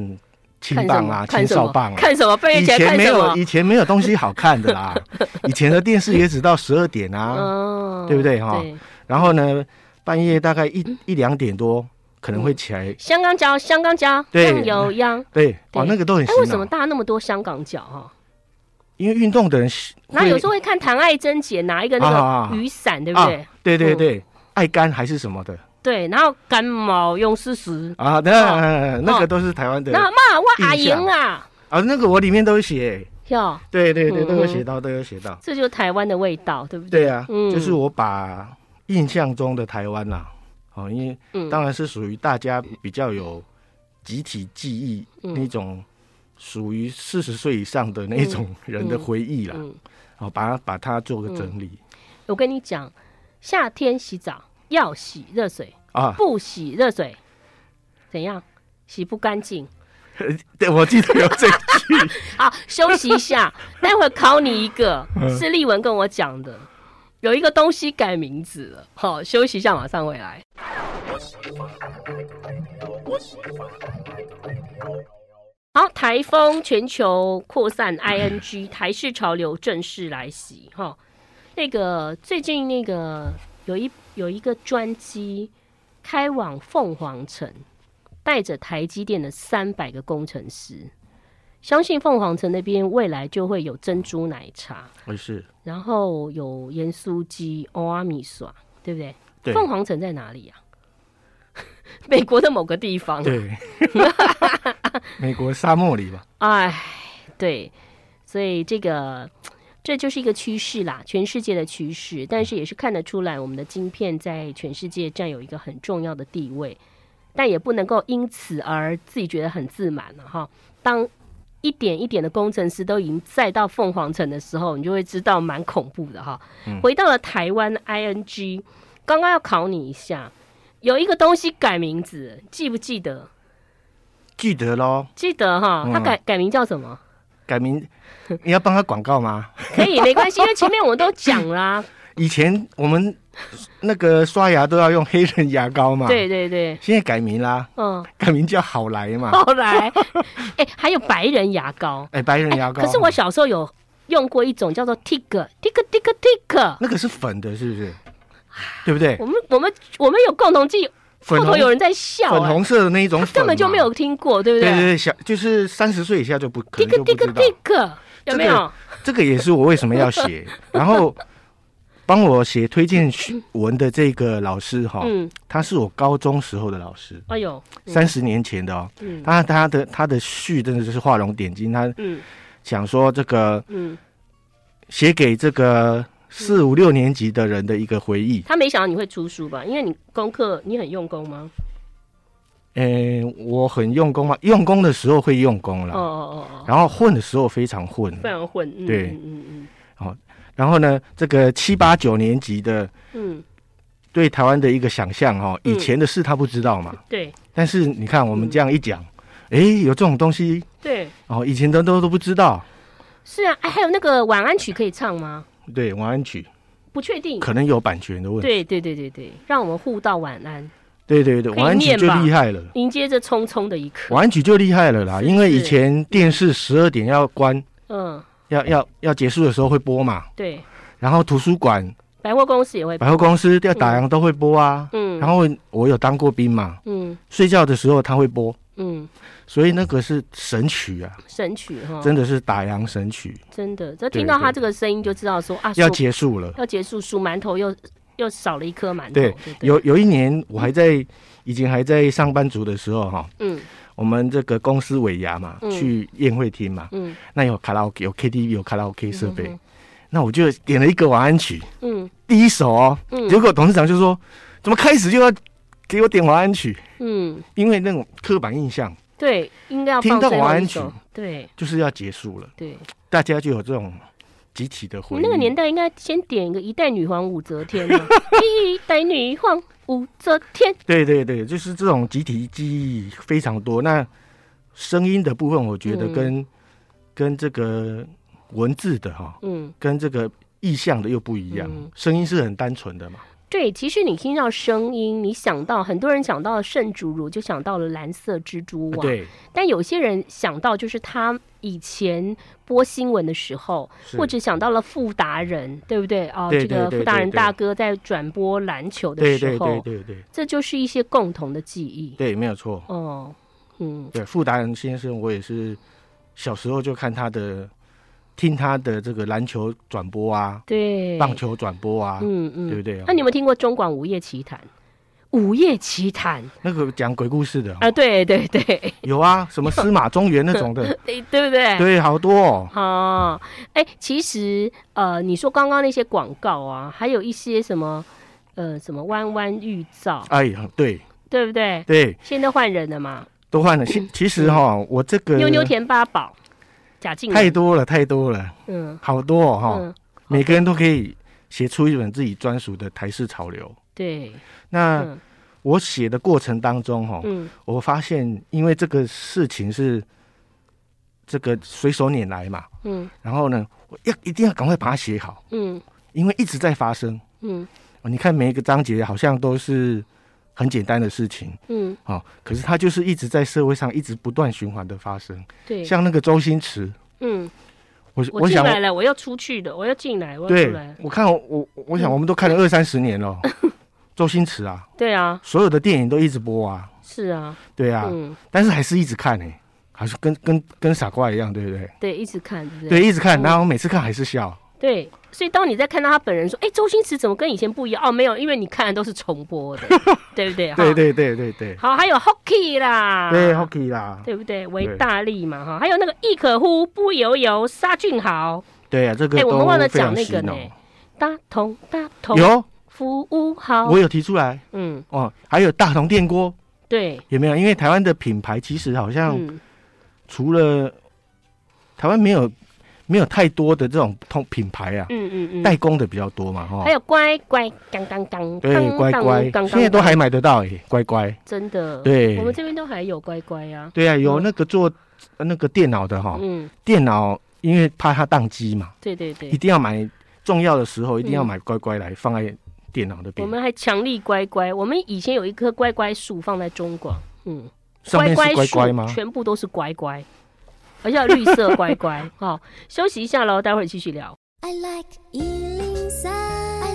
[SPEAKER 2] 青
[SPEAKER 1] 看什
[SPEAKER 2] 棒
[SPEAKER 1] 么？
[SPEAKER 2] 啊、
[SPEAKER 1] 看
[SPEAKER 2] 青
[SPEAKER 1] 什
[SPEAKER 2] 少
[SPEAKER 1] 么
[SPEAKER 2] 棒？啊，
[SPEAKER 1] 看什么？半夜
[SPEAKER 2] 以
[SPEAKER 1] 起来
[SPEAKER 2] 前
[SPEAKER 1] 看
[SPEAKER 2] 没
[SPEAKER 1] 什
[SPEAKER 2] 有，
[SPEAKER 1] 么？
[SPEAKER 2] 以前没有东西好看 的啦。以前的电视也只到十二点啊，
[SPEAKER 1] 哦
[SPEAKER 2] 对不对哈
[SPEAKER 1] 对，
[SPEAKER 2] 然后呢，半夜大概一
[SPEAKER 1] 嗯
[SPEAKER 2] 一两点多可能会起来。
[SPEAKER 1] 香港脚，香港脚，
[SPEAKER 2] 对
[SPEAKER 1] 酱油秧。
[SPEAKER 2] 对，哦，那个都很洗
[SPEAKER 1] 哎，为什么
[SPEAKER 2] 脑，
[SPEAKER 1] 大家那么多香港脚哈？
[SPEAKER 2] 因为运动的人喜
[SPEAKER 1] 然后有时
[SPEAKER 2] 会
[SPEAKER 1] 候会看谭爱珍姐拿一个
[SPEAKER 2] 啊啊
[SPEAKER 1] 那
[SPEAKER 2] 啊
[SPEAKER 1] 个雨伞，对不对？
[SPEAKER 2] 对对对，爱干还是什么的
[SPEAKER 1] 对，然后感冒用四十，
[SPEAKER 2] 啊？
[SPEAKER 1] 哦
[SPEAKER 2] 那那个都是台湾的
[SPEAKER 1] 然后骂我阿
[SPEAKER 2] 印象
[SPEAKER 1] 莹啊，
[SPEAKER 2] 啊，那个我里面都有写，
[SPEAKER 1] 哟，
[SPEAKER 2] 对对对，
[SPEAKER 1] 嗯
[SPEAKER 2] 都有写到，都有写到。
[SPEAKER 1] 这就是台湾的味道，对不对？
[SPEAKER 2] 对啊，
[SPEAKER 1] 嗯
[SPEAKER 2] 就是我把印象中的台湾啦，哦，因为
[SPEAKER 1] 嗯，
[SPEAKER 2] 当然是属于大家比较有集体记忆、
[SPEAKER 1] 嗯
[SPEAKER 2] 那种，属于四十岁以上的那种人的回忆啦。
[SPEAKER 1] 嗯，
[SPEAKER 2] 哦，把它把它做个整理、
[SPEAKER 1] 我跟你讲，夏天洗澡要洗热水，
[SPEAKER 2] 啊。
[SPEAKER 1] 不洗热水怎样？洗不干净。
[SPEAKER 2] 对，我记得有这个
[SPEAKER 1] 好，休息一下，待会儿考你一个，是丽文跟我讲的，有一个东西改名字了。好，休息一下，马上回来。好，台风全球扩散，ing 台式潮流正式来袭哈。那个最近那个有一有一个专机开往凤凰城，带着台积电的三百个工程师，相信凤凰城那边未来就会有珍珠奶茶，
[SPEAKER 2] 我是
[SPEAKER 1] 然后哦有盐酥鸡、欧阿米耍，对不对？
[SPEAKER 2] 对
[SPEAKER 1] 凤凰城在哪里呀、啊 美国的某个地方。
[SPEAKER 2] 对， 美国沙漠里吧，
[SPEAKER 1] 哎，对，所以这个这就是一个趋势啦，全世界的趋势，但是也是看得出来，我们的晶片在全世界占有一个很重要的地位，但也不能够因此而自己觉得很自满了哈。当一点一点的工程师都已经载到凤凰城的时候，你就会知道蛮恐怖的哈。回到了台湾 ING，刚刚要考你一下，有一个东西改名字，记不记得？
[SPEAKER 2] 记得喽。
[SPEAKER 1] 记得哈，它改改名叫什么？
[SPEAKER 2] 改名， 你要帮他广告吗？
[SPEAKER 1] 可以，没 关系，因为前面我们都讲啦。
[SPEAKER 2] 以前我们那个刷牙都要用黑人牙膏嘛，，
[SPEAKER 1] 对对对，
[SPEAKER 2] 现在改名啦，
[SPEAKER 1] 嗯。
[SPEAKER 2] 改名叫好来嘛，
[SPEAKER 1] 后来， 哎、还有白人牙膏，
[SPEAKER 2] 哎、白人牙膏。
[SPEAKER 1] 可是我小时候有用过一种叫做 Tig Tig Tig Tig，
[SPEAKER 2] 那个是粉的，是不是？对不对
[SPEAKER 1] 我？们我们我们有共同记忆，后
[SPEAKER 2] 哎粉
[SPEAKER 1] 头
[SPEAKER 2] 红
[SPEAKER 1] 有人在笑、
[SPEAKER 2] 粉
[SPEAKER 1] 哎
[SPEAKER 2] 红色的那一种粉嘛，
[SPEAKER 1] 根本就没有听过，对不
[SPEAKER 2] 对对
[SPEAKER 1] 对
[SPEAKER 2] 对，小就是三十岁以下就不可能就
[SPEAKER 1] Tig
[SPEAKER 2] 不知
[SPEAKER 1] Tig
[SPEAKER 2] 道。
[SPEAKER 1] Tig，有没有？
[SPEAKER 2] 这个也哦是我为什么要写， 然后帮我写推荐文的这个老师哈，
[SPEAKER 1] 嗯，
[SPEAKER 2] 他是我高中时候的老师，
[SPEAKER 1] 哎呦，嗯
[SPEAKER 2] 三十年前的哦。
[SPEAKER 1] 嗯
[SPEAKER 2] 他他的他的序真的是画龙点睛，他
[SPEAKER 1] 嗯
[SPEAKER 2] 想说这个
[SPEAKER 1] 嗯，
[SPEAKER 2] 写给这个四五六年级的人的一个回忆。
[SPEAKER 1] 他没想到你会出书吧？因为你功课你很用功吗？
[SPEAKER 2] 嗯、我很用功嘛，用功的时候会用功
[SPEAKER 1] 哦
[SPEAKER 2] 啦，
[SPEAKER 1] 哦哦哦，
[SPEAKER 2] 然后混的时候非常混。
[SPEAKER 1] 非常混，嗯
[SPEAKER 2] 对
[SPEAKER 1] 嗯嗯
[SPEAKER 2] 然后呢，这个七八九年级的
[SPEAKER 1] 嗯
[SPEAKER 2] 对台湾的一个想象哈、哦，
[SPEAKER 1] 嗯
[SPEAKER 2] 以前的事他不知道嘛，
[SPEAKER 1] 嗯，对
[SPEAKER 2] 但是你看我们这样一讲，诶，有这种东西
[SPEAKER 1] 对，
[SPEAKER 2] 哦，以前都都都不知道。
[SPEAKER 1] 是啊，哎，还有那个晚安曲可以唱吗？
[SPEAKER 2] 对，晚安曲
[SPEAKER 1] 不确定，
[SPEAKER 2] 可能有版权的问题。
[SPEAKER 1] 对对对对对，让我们互道晚安，
[SPEAKER 2] 对对对，
[SPEAKER 1] 可以
[SPEAKER 2] 晚安曲
[SPEAKER 1] 念
[SPEAKER 2] 就
[SPEAKER 1] 吧
[SPEAKER 2] 厉害了。
[SPEAKER 1] 迎接着匆匆的一刻。
[SPEAKER 2] 晚安曲就厉害了啦，
[SPEAKER 1] 是
[SPEAKER 2] 因为以
[SPEAKER 1] 是
[SPEAKER 2] 前电视十二点要关，
[SPEAKER 1] 嗯，
[SPEAKER 2] 要要要结束的时候会播嘛，
[SPEAKER 1] 对，
[SPEAKER 2] 然后图书馆、
[SPEAKER 1] 百货公司也会，
[SPEAKER 2] 百货公司要打烊都会播啊。
[SPEAKER 1] 嗯
[SPEAKER 2] 然后我有当过兵嘛，
[SPEAKER 1] 嗯
[SPEAKER 2] 睡觉的时候他会播，
[SPEAKER 1] 嗯，
[SPEAKER 2] 所以那个是神曲啊，
[SPEAKER 1] 神曲哈，
[SPEAKER 2] 真的是打烊神曲，
[SPEAKER 1] 真的，这
[SPEAKER 2] 对
[SPEAKER 1] 听到他
[SPEAKER 2] 对
[SPEAKER 1] 这个声音就知道说啊，
[SPEAKER 2] 要
[SPEAKER 1] 数
[SPEAKER 2] 结束了。
[SPEAKER 1] 要结束，数馒头又又少了一颗馒头，
[SPEAKER 2] 对
[SPEAKER 1] 不对，
[SPEAKER 2] 有有一年我还在以前还在上班族的时候哈，
[SPEAKER 1] 嗯
[SPEAKER 2] 我们这个公司尾牙嘛，
[SPEAKER 1] 嗯
[SPEAKER 2] 去宴会厅嘛，
[SPEAKER 1] 嗯
[SPEAKER 2] 那有卡拉 OK 有 KTV 有卡拉 OK 设
[SPEAKER 1] 嗯
[SPEAKER 2] 备
[SPEAKER 1] 哼，
[SPEAKER 2] 那我就点了一个晚安曲。
[SPEAKER 1] 嗯
[SPEAKER 2] 第一首哦，
[SPEAKER 1] 嗯
[SPEAKER 2] 结果董事长就说：“怎么开始就要给我点晚安曲？
[SPEAKER 1] 嗯，
[SPEAKER 2] 因为那种刻板印象
[SPEAKER 1] 对，应该要
[SPEAKER 2] 听
[SPEAKER 1] 放
[SPEAKER 2] 到
[SPEAKER 1] 最后
[SPEAKER 2] 晚
[SPEAKER 1] 一
[SPEAKER 2] 安
[SPEAKER 1] 首
[SPEAKER 2] 曲，
[SPEAKER 1] 对
[SPEAKER 2] 就是要结束了，
[SPEAKER 1] 对，
[SPEAKER 2] 大家就有这种集体的回
[SPEAKER 1] 你
[SPEAKER 2] 忆。
[SPEAKER 1] 那个年代应该先点一个一代女皇武则天嘛， 一代女皇武则天，
[SPEAKER 2] 对对对，就是这种集体记忆非常多。那声音的部分，我觉得
[SPEAKER 1] 嗯
[SPEAKER 2] 跟、跟这个文字的哈、
[SPEAKER 1] 嗯。
[SPEAKER 2] 跟这个意象的又不一样，
[SPEAKER 1] 嗯
[SPEAKER 2] 声音是很单纯的嘛。
[SPEAKER 1] 对，其实你听到声音，你想到很多人想到圣主乳，就想到了蓝色蜘蛛网。
[SPEAKER 2] 啊对，
[SPEAKER 1] 但有些人想到就是他以前播新闻的时候，
[SPEAKER 2] 是
[SPEAKER 1] 或者想到了富达人，对不对？哦，
[SPEAKER 2] 对
[SPEAKER 1] 这个
[SPEAKER 2] 对对
[SPEAKER 1] 富达
[SPEAKER 2] 对
[SPEAKER 1] 人
[SPEAKER 2] 对
[SPEAKER 1] 大哥在转播篮球的
[SPEAKER 2] 对
[SPEAKER 1] 时
[SPEAKER 2] 对
[SPEAKER 1] 候，
[SPEAKER 2] 对对对
[SPEAKER 1] 这就是一些共同的记忆。
[SPEAKER 2] 对，没有错。
[SPEAKER 1] 哦，嗯
[SPEAKER 2] 对，傅达人先生，我也是小时候就看他的，听他的这个篮球转播啊，
[SPEAKER 1] 对，
[SPEAKER 2] 棒球转播啊，
[SPEAKER 1] 嗯嗯，
[SPEAKER 2] 对不对啊
[SPEAKER 1] 那你有没有听过中广午夜奇谈？午夜奇谈
[SPEAKER 2] 那个讲鬼故事的哦、
[SPEAKER 1] 啊，对对对， 对，
[SPEAKER 2] 有啊，什么司马中原那种的
[SPEAKER 1] 对不对？
[SPEAKER 2] 对，好多、哦。
[SPEAKER 1] 哦，哎、其实呃，你说刚刚那些广告啊，还有一些什么呃什么弯弯玉造，
[SPEAKER 2] 哎呀，对
[SPEAKER 1] 对不对？
[SPEAKER 2] 对，
[SPEAKER 1] 现在换人了嘛，
[SPEAKER 2] 都换了。其其实哈、我这个
[SPEAKER 1] 嗯妞妞田八宝、贾静
[SPEAKER 2] 太
[SPEAKER 1] 雯，
[SPEAKER 2] 多了，太多了，
[SPEAKER 1] 嗯
[SPEAKER 2] 好多哦哈、
[SPEAKER 1] 嗯，
[SPEAKER 2] 每个人都可以写出一本自己专属的台式潮流。
[SPEAKER 1] 对，
[SPEAKER 2] 那、
[SPEAKER 1] 嗯
[SPEAKER 2] 我写的过程当中哈、
[SPEAKER 1] 嗯
[SPEAKER 2] 我发现，因为这个事情是这个随手拈来嘛，
[SPEAKER 1] 嗯
[SPEAKER 2] 然后呢，我要一定要赶快把它写好，
[SPEAKER 1] 嗯
[SPEAKER 2] 因为一直在发生。
[SPEAKER 1] 嗯
[SPEAKER 2] 哦你看每一个章节好像都是很简单的事情
[SPEAKER 1] 嗯，
[SPEAKER 2] 哦，可是它就是一直在社会上一直不断循环的发生。
[SPEAKER 1] 对，
[SPEAKER 2] 像那个周星驰，
[SPEAKER 1] 嗯，
[SPEAKER 2] 我
[SPEAKER 1] 我进
[SPEAKER 2] 想
[SPEAKER 1] 来了，我要出去的，我要进来，我要出
[SPEAKER 2] 对
[SPEAKER 1] 来，，
[SPEAKER 2] 我看我我我想我们都看了二三十年 了，哦周星驰啊，
[SPEAKER 1] 对啊，
[SPEAKER 2] 所有的电影都一直播啊，
[SPEAKER 1] 是啊，
[SPEAKER 2] 对啊，
[SPEAKER 1] 嗯，
[SPEAKER 2] 但是还是一直看呢、欸还是跟跟跟傻瓜一样，对不对？
[SPEAKER 1] 对，一直看，对不
[SPEAKER 2] 对，
[SPEAKER 1] 对？
[SPEAKER 2] 一直看，
[SPEAKER 1] 嗯
[SPEAKER 2] 然后每次看还是笑。
[SPEAKER 1] 对，所以当你在看到他本人说，哎、周星驰怎么跟以前不一样？哦，没有，因为你看的都是重播 的，对不对？啊哈
[SPEAKER 2] 对对对对对
[SPEAKER 1] 好，还有 hockey 啦，
[SPEAKER 2] 对，hockey 啦，
[SPEAKER 1] 对不对？维大利嘛哈，还有那个亦可乎不由由沙俊豪，
[SPEAKER 2] 对啊，这个
[SPEAKER 1] 哎、
[SPEAKER 2] 都
[SPEAKER 1] 我们忘了
[SPEAKER 2] 非
[SPEAKER 1] 讲
[SPEAKER 2] 常
[SPEAKER 1] 那
[SPEAKER 2] 洗
[SPEAKER 1] 个呢
[SPEAKER 2] 脑。，
[SPEAKER 1] 大同大同哦
[SPEAKER 2] 有，
[SPEAKER 1] 服务好
[SPEAKER 2] 我，有提出来
[SPEAKER 1] 嗯，
[SPEAKER 2] 哦，还有大同电锅
[SPEAKER 1] 对，
[SPEAKER 2] 有没有？因为台湾的品牌其实好像
[SPEAKER 1] 嗯，
[SPEAKER 2] 除了台湾没有没有太多的这种通品牌啊，
[SPEAKER 1] 嗯嗯嗯，
[SPEAKER 2] 代工的比较多嘛，哈
[SPEAKER 1] 还。有乖乖，刚刚刚，
[SPEAKER 2] 对，乖乖，
[SPEAKER 1] 刚
[SPEAKER 2] 现在都还买得到诶，乖乖。
[SPEAKER 1] 真的，
[SPEAKER 2] 对
[SPEAKER 1] 我们这边都还有乖乖啊，
[SPEAKER 2] 对啊，有
[SPEAKER 1] 嗯
[SPEAKER 2] 那个做呃那个电脑的哈，
[SPEAKER 1] 嗯，
[SPEAKER 2] 电脑因为怕它宕机嘛，
[SPEAKER 1] 对对
[SPEAKER 2] 哦一
[SPEAKER 1] 对，
[SPEAKER 2] 定要买重要的时候一定要
[SPEAKER 1] 嗯
[SPEAKER 2] 买乖乖来放在电脑那
[SPEAKER 1] 我
[SPEAKER 2] 边，
[SPEAKER 1] 们还强力乖乖，我们以前有一棵乖乖树放在中广，嗯，
[SPEAKER 2] 上面是
[SPEAKER 1] 乖
[SPEAKER 2] 乖
[SPEAKER 1] 树
[SPEAKER 2] 乖吗？
[SPEAKER 1] 全部都是乖乖，而且要绿色乖乖， 好、休息一下喽，待会儿继续聊。
[SPEAKER 3] I like Ealing Sound. I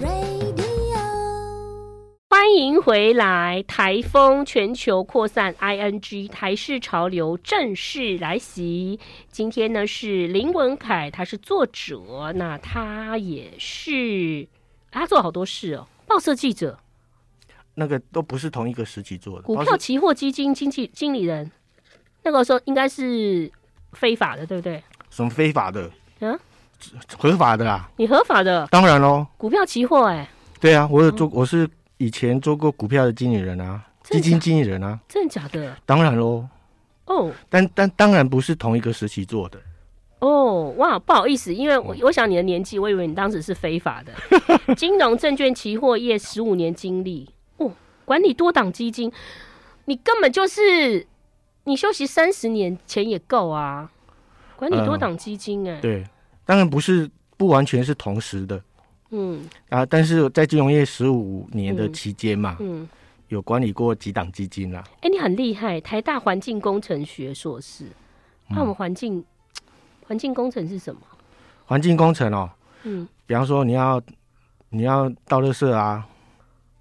[SPEAKER 3] like radio.
[SPEAKER 1] 欢迎回来！台风全球扩散，ING 台式潮流正式来袭。今天呢是林文凯，他是作者，那他也是啊他做了好多事哦，报社记者、
[SPEAKER 2] 那个都不是同一个时期做的，
[SPEAKER 1] 股
[SPEAKER 2] 不
[SPEAKER 1] 票
[SPEAKER 2] 知道
[SPEAKER 1] 期货基金经纪经理人，那个时候应该是非法的，对不对？
[SPEAKER 2] 是什么非法的，
[SPEAKER 1] 嗯，
[SPEAKER 2] 合法的啊，
[SPEAKER 1] 你合法的
[SPEAKER 2] 当然喽，
[SPEAKER 1] 股票期货、哎，
[SPEAKER 2] 对啊，我有做，我是以前做过股票的经理人啊，
[SPEAKER 1] 真
[SPEAKER 2] 基
[SPEAKER 1] 的
[SPEAKER 2] 金经理人啊，
[SPEAKER 1] 真的假的？
[SPEAKER 2] 当然喽，
[SPEAKER 1] 哦
[SPEAKER 2] 但但当然不是同一个时期做的，
[SPEAKER 1] 哦，哇，不好意思，因为
[SPEAKER 2] 嗯
[SPEAKER 1] 我我想你的年纪，我以为你当时是非法的。 金融证券期货业十五年经历，哦，管理多档基金，你根本就是你休息三十年钱也够啊。管理多档基金、哎、
[SPEAKER 2] 嗯对，当然不是不完全是同时的。
[SPEAKER 1] 嗯
[SPEAKER 2] 啊，但是在金融业十五年的期间嘛，
[SPEAKER 1] 嗯，
[SPEAKER 2] 有管理过几档基金啦、
[SPEAKER 1] 哎、你很厉害，台大环境工程学硕士。
[SPEAKER 2] 嗯
[SPEAKER 1] 那、我们环境环境工程是什么？
[SPEAKER 2] 环境工程哦，
[SPEAKER 1] 嗯，
[SPEAKER 2] 比方说你要你要倒垃圾啊，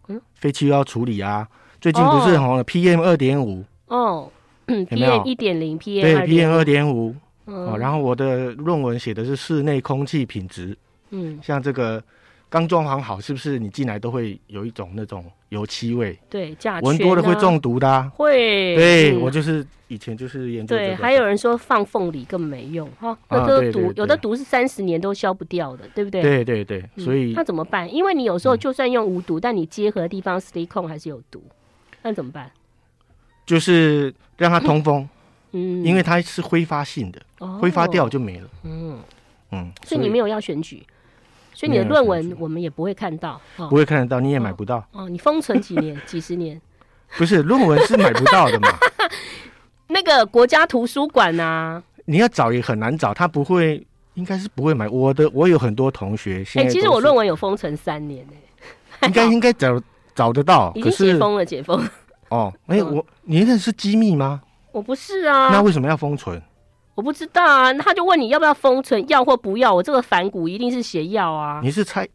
[SPEAKER 1] 嗯
[SPEAKER 2] 废气要处理啊，最近不是
[SPEAKER 1] 哦
[SPEAKER 2] 很红了 PM 二点五，
[SPEAKER 1] 哦
[SPEAKER 2] 有没有
[SPEAKER 1] ，PM 一点零
[SPEAKER 2] 对
[SPEAKER 1] ，PM 二
[SPEAKER 2] ，PM
[SPEAKER 1] 点，
[SPEAKER 2] 二点五哦，
[SPEAKER 1] 嗯
[SPEAKER 2] 然后我的论文写的是室内空气品质，
[SPEAKER 1] 嗯，
[SPEAKER 2] 像这个刚装潢好，是不是你进来都会有一种那种油漆味，
[SPEAKER 1] 对，甲
[SPEAKER 2] 闻
[SPEAKER 1] 醛
[SPEAKER 2] 多了会
[SPEAKER 1] 啊
[SPEAKER 2] 中毒的、啊。
[SPEAKER 1] 会，
[SPEAKER 2] 对，
[SPEAKER 1] 嗯
[SPEAKER 2] 我就是以前就是研究这
[SPEAKER 1] 对，
[SPEAKER 2] 个，
[SPEAKER 1] 还有人说放凤梨更没用哈，那
[SPEAKER 2] 啊
[SPEAKER 1] 这个
[SPEAKER 2] 对
[SPEAKER 1] 毒、
[SPEAKER 2] 对
[SPEAKER 1] 有的
[SPEAKER 2] 对
[SPEAKER 1] 毒是三十年都消不掉的，对不对？
[SPEAKER 2] 对对对，
[SPEAKER 1] 嗯
[SPEAKER 2] 所以嗯
[SPEAKER 1] 那怎么办？因为你有时候就算用无毒，但你结合的地方 stay 控还是有毒，那怎么办？
[SPEAKER 2] 就是让它通风，
[SPEAKER 1] 嗯，
[SPEAKER 2] 因为它是挥发性的，
[SPEAKER 1] 哦
[SPEAKER 2] 挥发掉，就没了。
[SPEAKER 1] 嗯，
[SPEAKER 2] 嗯，
[SPEAKER 1] 所以你没有要选举，所以你
[SPEAKER 2] 没
[SPEAKER 1] 的
[SPEAKER 2] 有
[SPEAKER 1] 论
[SPEAKER 2] 选
[SPEAKER 1] 文
[SPEAKER 2] 举
[SPEAKER 1] 我们也不会看到哦
[SPEAKER 2] 不会看得到，你也买不到。
[SPEAKER 1] 哦，你封存几 年几十年？
[SPEAKER 2] 不是论文是买不到 的嘛，
[SPEAKER 1] 那个国家图书馆啊呐、
[SPEAKER 2] 你要找也很难找，他不会，应该是不会买。我的我有很多同学
[SPEAKER 1] 哎、
[SPEAKER 2] 现在都是、
[SPEAKER 1] 其实我论文有封存三年呢、
[SPEAKER 2] 应该应该找找得到，
[SPEAKER 1] 已
[SPEAKER 2] 可
[SPEAKER 1] 经
[SPEAKER 2] 是
[SPEAKER 1] 解封了，解封。
[SPEAKER 2] 哦，哎、
[SPEAKER 1] 嗯
[SPEAKER 2] 我你那是机密吗？
[SPEAKER 1] 我不是啊，
[SPEAKER 2] 那为什么要封存？
[SPEAKER 1] 我不知道啊，他就问你要不要封存，要或不要。我这个反骨一定是写要啊，
[SPEAKER 2] 你是猜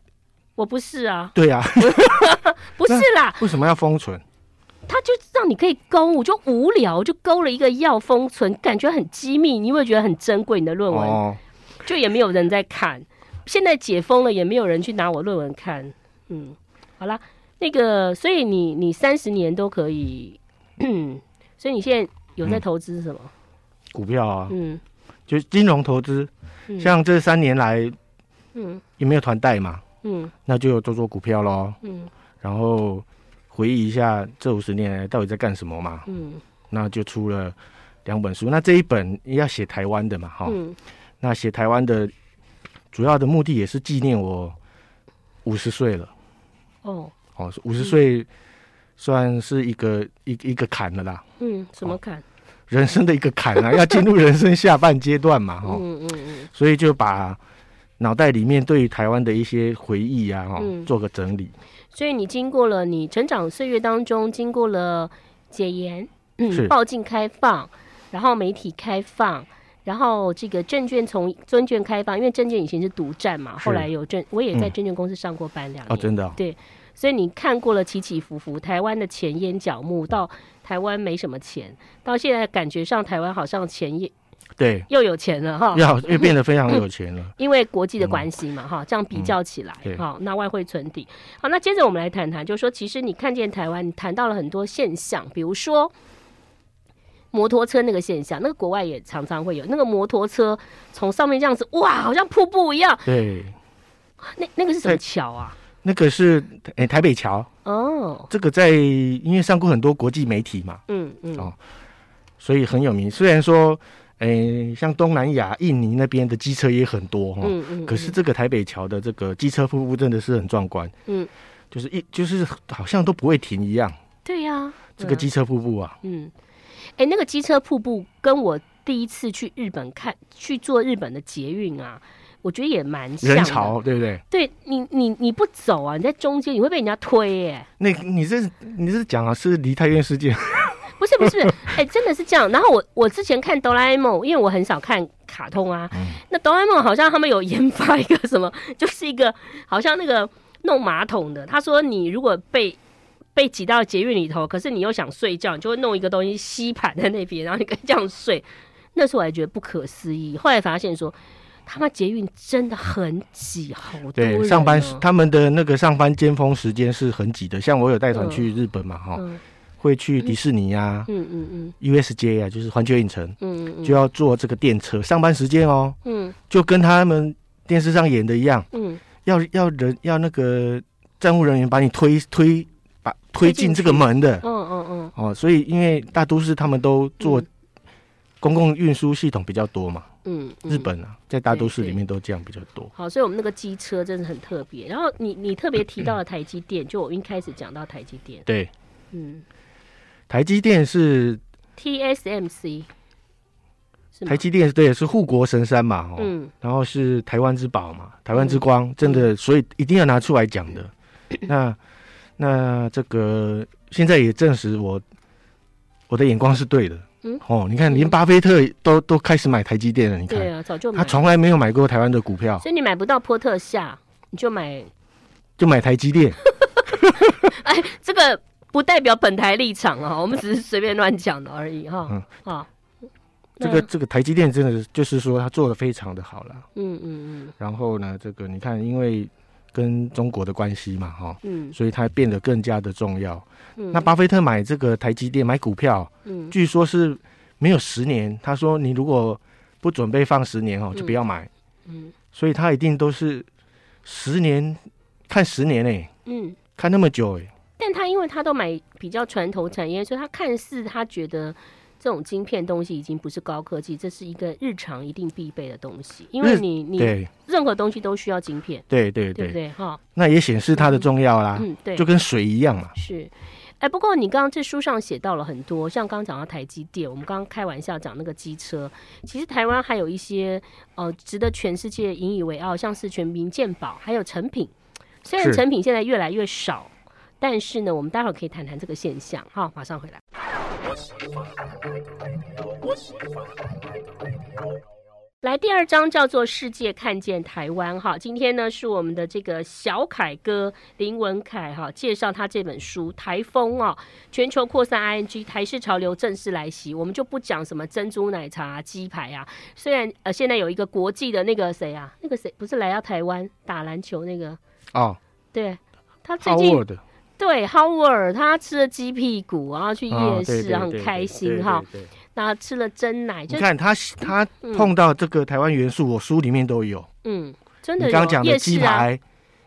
[SPEAKER 1] 我不是啊，
[SPEAKER 2] 对啊？
[SPEAKER 1] 不是啦，
[SPEAKER 2] 为什么要封存？
[SPEAKER 1] 他就让你可以勾，我就无聊，就勾了一个要封存，感觉很机密，你会觉得很珍贵。你的论文、
[SPEAKER 2] 哦，
[SPEAKER 1] 就也没有人在看，现在解封了，也没有人去拿我论文看。嗯，好啦，那个，所以你你三十年都可以， 所以你现在有
[SPEAKER 2] 嗯
[SPEAKER 1] 在投资什么？
[SPEAKER 2] 股票啊，
[SPEAKER 1] 嗯
[SPEAKER 2] 就是金融投资，
[SPEAKER 1] 嗯
[SPEAKER 2] 像这三年来
[SPEAKER 1] 嗯
[SPEAKER 2] 也没有团贷嘛，
[SPEAKER 1] 嗯
[SPEAKER 2] 那就做做股票喽。
[SPEAKER 1] 嗯
[SPEAKER 2] 然后回忆一下这五十年来到底在干什么嘛，
[SPEAKER 1] 嗯
[SPEAKER 2] 那就出了两本书。那这一本要写台湾的嘛，哈、
[SPEAKER 1] 嗯，
[SPEAKER 2] 那写台湾的主要的目的也是纪念我五十岁了，
[SPEAKER 1] 哦，
[SPEAKER 2] 哦，五十
[SPEAKER 1] 嗯
[SPEAKER 2] 岁算是一个一一个坎了啦，
[SPEAKER 1] 嗯，什
[SPEAKER 2] 哦
[SPEAKER 1] 么看？
[SPEAKER 2] 人生的一个坎啊，要 进入人生下半阶段嘛，哈、
[SPEAKER 1] 嗯嗯嗯
[SPEAKER 2] 所以就把。脑袋里面对于台湾的一些回忆啊，哈、
[SPEAKER 1] 嗯
[SPEAKER 2] 做个整理，
[SPEAKER 1] 所以你经过了你成长岁月当中，经过了解严，嗯，
[SPEAKER 2] 是
[SPEAKER 1] 报禁开放，然后媒体开放，然后这个证券从证券开放，因为证券以前是独占嘛，
[SPEAKER 2] 是
[SPEAKER 1] 后来有证，我也在
[SPEAKER 2] 嗯
[SPEAKER 1] 证券公司上过班两
[SPEAKER 2] 哦，
[SPEAKER 1] 年，
[SPEAKER 2] 真的、哦，
[SPEAKER 1] 所以你看过了起起伏伏，台湾的前烟角木到台湾没什么钱，到现在感觉上台湾好像前烟
[SPEAKER 2] 对，
[SPEAKER 1] 又有钱了哈，
[SPEAKER 2] 要又变得非常有 钱了。
[SPEAKER 1] 因为国际的关系嘛，哈、这样比较起来，
[SPEAKER 2] 嗯对
[SPEAKER 1] 哈、那外汇存底。好，那接着我们来谈谈，就是说，其实你看见台湾，你谈到了很多现象，比如说摩托车那个现象，那个国外也常常会有，那个摩托车从上面这样子，哇，好像瀑布一样，
[SPEAKER 2] 对，
[SPEAKER 1] 那那个是什么
[SPEAKER 2] 对
[SPEAKER 1] 桥啊？
[SPEAKER 2] 那个是诶、台北桥，
[SPEAKER 1] 哦，
[SPEAKER 2] 这个在因为上过很多国际媒体嘛，
[SPEAKER 1] 嗯嗯，
[SPEAKER 2] 哦所以很有名。虽然说诶、像东南亚、印尼那边的机车也很多哈、哦
[SPEAKER 1] 嗯嗯，
[SPEAKER 2] 可是这个台北桥的这个机车瀑布真的是很壮观，
[SPEAKER 1] 嗯，
[SPEAKER 2] 就是一就是好像都不会停一样。
[SPEAKER 1] 对呀、
[SPEAKER 2] 这个
[SPEAKER 1] 嗯
[SPEAKER 2] 机车瀑布啊，
[SPEAKER 1] 嗯，哎、那个机车瀑布跟我第一次去日本看去做日本的捷运啊，我觉得也蛮像的
[SPEAKER 2] 人潮对不对？
[SPEAKER 1] 对你，你你不走啊，你在中间你会被人家推耶、
[SPEAKER 2] 那你这你这讲啊，是离太原 世界
[SPEAKER 1] 不是不是， 哎、真的是这样。然后我我之前看哆啦 A 梦，因为我很少看卡通啊，
[SPEAKER 2] 嗯
[SPEAKER 1] 那哆啦 A 梦好像他们有研发一个什么，就是一个好像那个弄马桶的，他说你如果被。被挤到捷运里头，可是你又想睡觉，你就会弄一个东西吸盘在那边，然后你可以这样睡。那时候我还觉得不可思议，后来发现说，他妈捷运真的很挤，好多人、哦
[SPEAKER 2] 对上班时，他们的那个上班尖峰时间是很挤的。像我有带团去日本嘛，哈、
[SPEAKER 1] 嗯
[SPEAKER 2] 会去迪士尼啊、
[SPEAKER 1] 嗯嗯嗯
[SPEAKER 2] USJ 啊，就是环球影城，
[SPEAKER 1] 嗯嗯
[SPEAKER 2] 就要坐这个电车。上班时间哦，
[SPEAKER 1] 嗯
[SPEAKER 2] 就跟他们电视上演的一样，
[SPEAKER 1] 嗯
[SPEAKER 2] 要要人要那个站务人员把你推推把推
[SPEAKER 1] 推进
[SPEAKER 2] 进这
[SPEAKER 1] 去
[SPEAKER 2] 个门的
[SPEAKER 1] 嗯嗯嗯，
[SPEAKER 2] 哦。所以因为大都市他们都做
[SPEAKER 1] 嗯
[SPEAKER 2] 公共运输系统比较多嘛，
[SPEAKER 1] 嗯，嗯
[SPEAKER 2] 日本啊，在大都市
[SPEAKER 1] 对
[SPEAKER 2] 里
[SPEAKER 1] 对
[SPEAKER 2] 面都这样比较多。
[SPEAKER 1] 好，所以我们那个机车真的很特别。然后你你特别提到了台积电，就我一开始讲到台积电，
[SPEAKER 2] 对，
[SPEAKER 1] 嗯
[SPEAKER 2] 台积电是
[SPEAKER 1] ，TSMC 是吗
[SPEAKER 2] 台？积电，对，是护国神山嘛，哦，
[SPEAKER 1] 嗯
[SPEAKER 2] 然后是台湾之宝嘛，台湾之光，真的，所以一定要拿出来讲的。
[SPEAKER 1] 嗯
[SPEAKER 2] 那那这个现在也证实我我的眼光是对的，
[SPEAKER 1] 嗯，
[SPEAKER 2] 哦，你看，连
[SPEAKER 1] 嗯
[SPEAKER 2] 巴菲特都都开始买台积电了，你
[SPEAKER 1] 对
[SPEAKER 2] 看
[SPEAKER 1] 啊，早就买
[SPEAKER 2] 他，从来没有买过台湾的股票，
[SPEAKER 1] 所以你买不到波特夏，你就买
[SPEAKER 2] 就买台积
[SPEAKER 1] 啊
[SPEAKER 2] 电，
[SPEAKER 1] 这个。不代表本台立场啊，我们只是随便乱讲的而已哈
[SPEAKER 2] 嗯。
[SPEAKER 1] 啊，
[SPEAKER 2] 这个
[SPEAKER 1] 那
[SPEAKER 2] 这个台积电真的就是说他做的非常的好了。
[SPEAKER 1] 嗯嗯
[SPEAKER 2] 然后呢，这个你看，因为跟中国的关系嘛，哈、
[SPEAKER 1] 嗯
[SPEAKER 2] 所以它变得更加的重要。
[SPEAKER 1] 嗯
[SPEAKER 2] 那巴菲特买这个台积电买股票，
[SPEAKER 1] 嗯
[SPEAKER 2] 据说是没有十年，他说你如果不准备放十年哦，
[SPEAKER 1] 嗯
[SPEAKER 2] 就不要买。
[SPEAKER 1] 嗯
[SPEAKER 2] 所以他一定都是十年看十年诶、
[SPEAKER 1] 嗯，
[SPEAKER 2] 看那么久哎诶、
[SPEAKER 1] 但他因为他都买比较传统产业，所以他看似他觉得这种晶片东西已经不是高科技，这是一个日常一定必备的东西，因为
[SPEAKER 2] 日
[SPEAKER 1] 你你
[SPEAKER 2] 对
[SPEAKER 1] 任何东西都需要晶片，
[SPEAKER 2] 对对
[SPEAKER 1] 对不
[SPEAKER 2] 对，
[SPEAKER 1] 对？哈，
[SPEAKER 2] 那也显示它的重要啦，
[SPEAKER 1] 嗯，对
[SPEAKER 2] 就，跟水一样嘛。
[SPEAKER 1] 是。哎，不过你刚刚这书上写到了很多，像刚刚讲到台积电，我们刚刚开玩笑讲那个机车，其实台湾还有一些呃值得全世界引以为傲，像是全民健保，还有成品。虽然
[SPEAKER 2] 是
[SPEAKER 1] 成品现在越来越少，但是呢，我们待会儿可以谈谈这个现象哈。马上回来。来第二章叫做《世界看见台湾》哈，今天呢是我们的这个小凯哥林文凯哈介绍他这本书《台风》哦，全球扩散 ING 台式潮流正式来袭，我们就不讲什么珍珠奶茶、啊、鸡排啊，虽然呃现在有一个国际的那个谁啊，那个谁不是来到台湾打篮球那个，
[SPEAKER 2] 哦，
[SPEAKER 1] 对他最
[SPEAKER 2] 好
[SPEAKER 1] 近
[SPEAKER 2] w 的
[SPEAKER 1] 对 Howard 他吃了鸡屁股，然后去
[SPEAKER 2] 啊
[SPEAKER 1] 夜，
[SPEAKER 2] 对
[SPEAKER 1] 市、
[SPEAKER 2] 对
[SPEAKER 1] 很
[SPEAKER 2] 对
[SPEAKER 1] 开
[SPEAKER 2] 对
[SPEAKER 1] 心
[SPEAKER 2] 对
[SPEAKER 1] 哈，
[SPEAKER 2] 对对
[SPEAKER 1] 然后吃了真奶，就
[SPEAKER 2] 你看他他碰到这个台湾元素，我书里面都有。
[SPEAKER 1] 嗯，真
[SPEAKER 2] 你
[SPEAKER 1] 的
[SPEAKER 2] 刚刚
[SPEAKER 1] 有
[SPEAKER 2] 讲的
[SPEAKER 1] 夜
[SPEAKER 2] 鸡
[SPEAKER 1] 市啊
[SPEAKER 2] 排、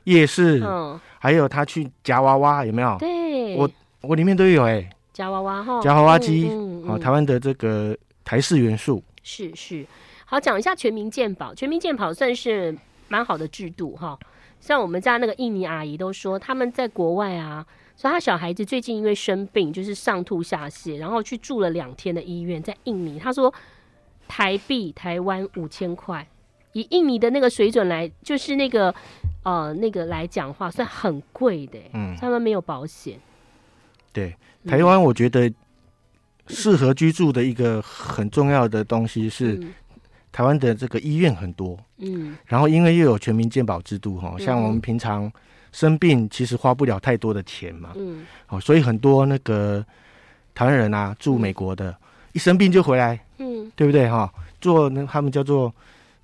[SPEAKER 2] 夜市，
[SPEAKER 1] 嗯，
[SPEAKER 2] 还有他去夹娃娃，有没有？
[SPEAKER 1] 对，
[SPEAKER 2] 我我里面都有哎，
[SPEAKER 1] 夹娃娃哈，
[SPEAKER 2] 夹娃娃机
[SPEAKER 1] 嗯嗯
[SPEAKER 2] 哦，
[SPEAKER 1] 嗯
[SPEAKER 2] 台湾的这个台式元素，
[SPEAKER 1] 是是，好讲一下全民健保，全民健保算是蛮好的制度哈。像我们家那个印尼阿姨都说，他们在国外啊，所以她小孩子最近因为生病，就是上吐下泻，然后去住了两天的医院，在印尼。她说台币台湾五千块，以印尼的那个水准来，就是那个呃那个来讲话，算很贵的欸、
[SPEAKER 2] 嗯，
[SPEAKER 1] 他们没有保险。
[SPEAKER 2] 对，
[SPEAKER 1] 嗯
[SPEAKER 2] 台湾我觉得适合居住的一个很重要的东西是
[SPEAKER 1] 嗯
[SPEAKER 2] 台湾的这个医院很多，
[SPEAKER 1] 嗯
[SPEAKER 2] 然后因为又有全民健保制度哈，
[SPEAKER 1] 嗯
[SPEAKER 2] 像我们平常生病其实花不了太多的钱嘛，
[SPEAKER 1] 嗯
[SPEAKER 2] 哦，所以很多那个台湾人啊住美国的，一生病就回来，
[SPEAKER 1] 嗯
[SPEAKER 2] 对不对哈？做那他们叫做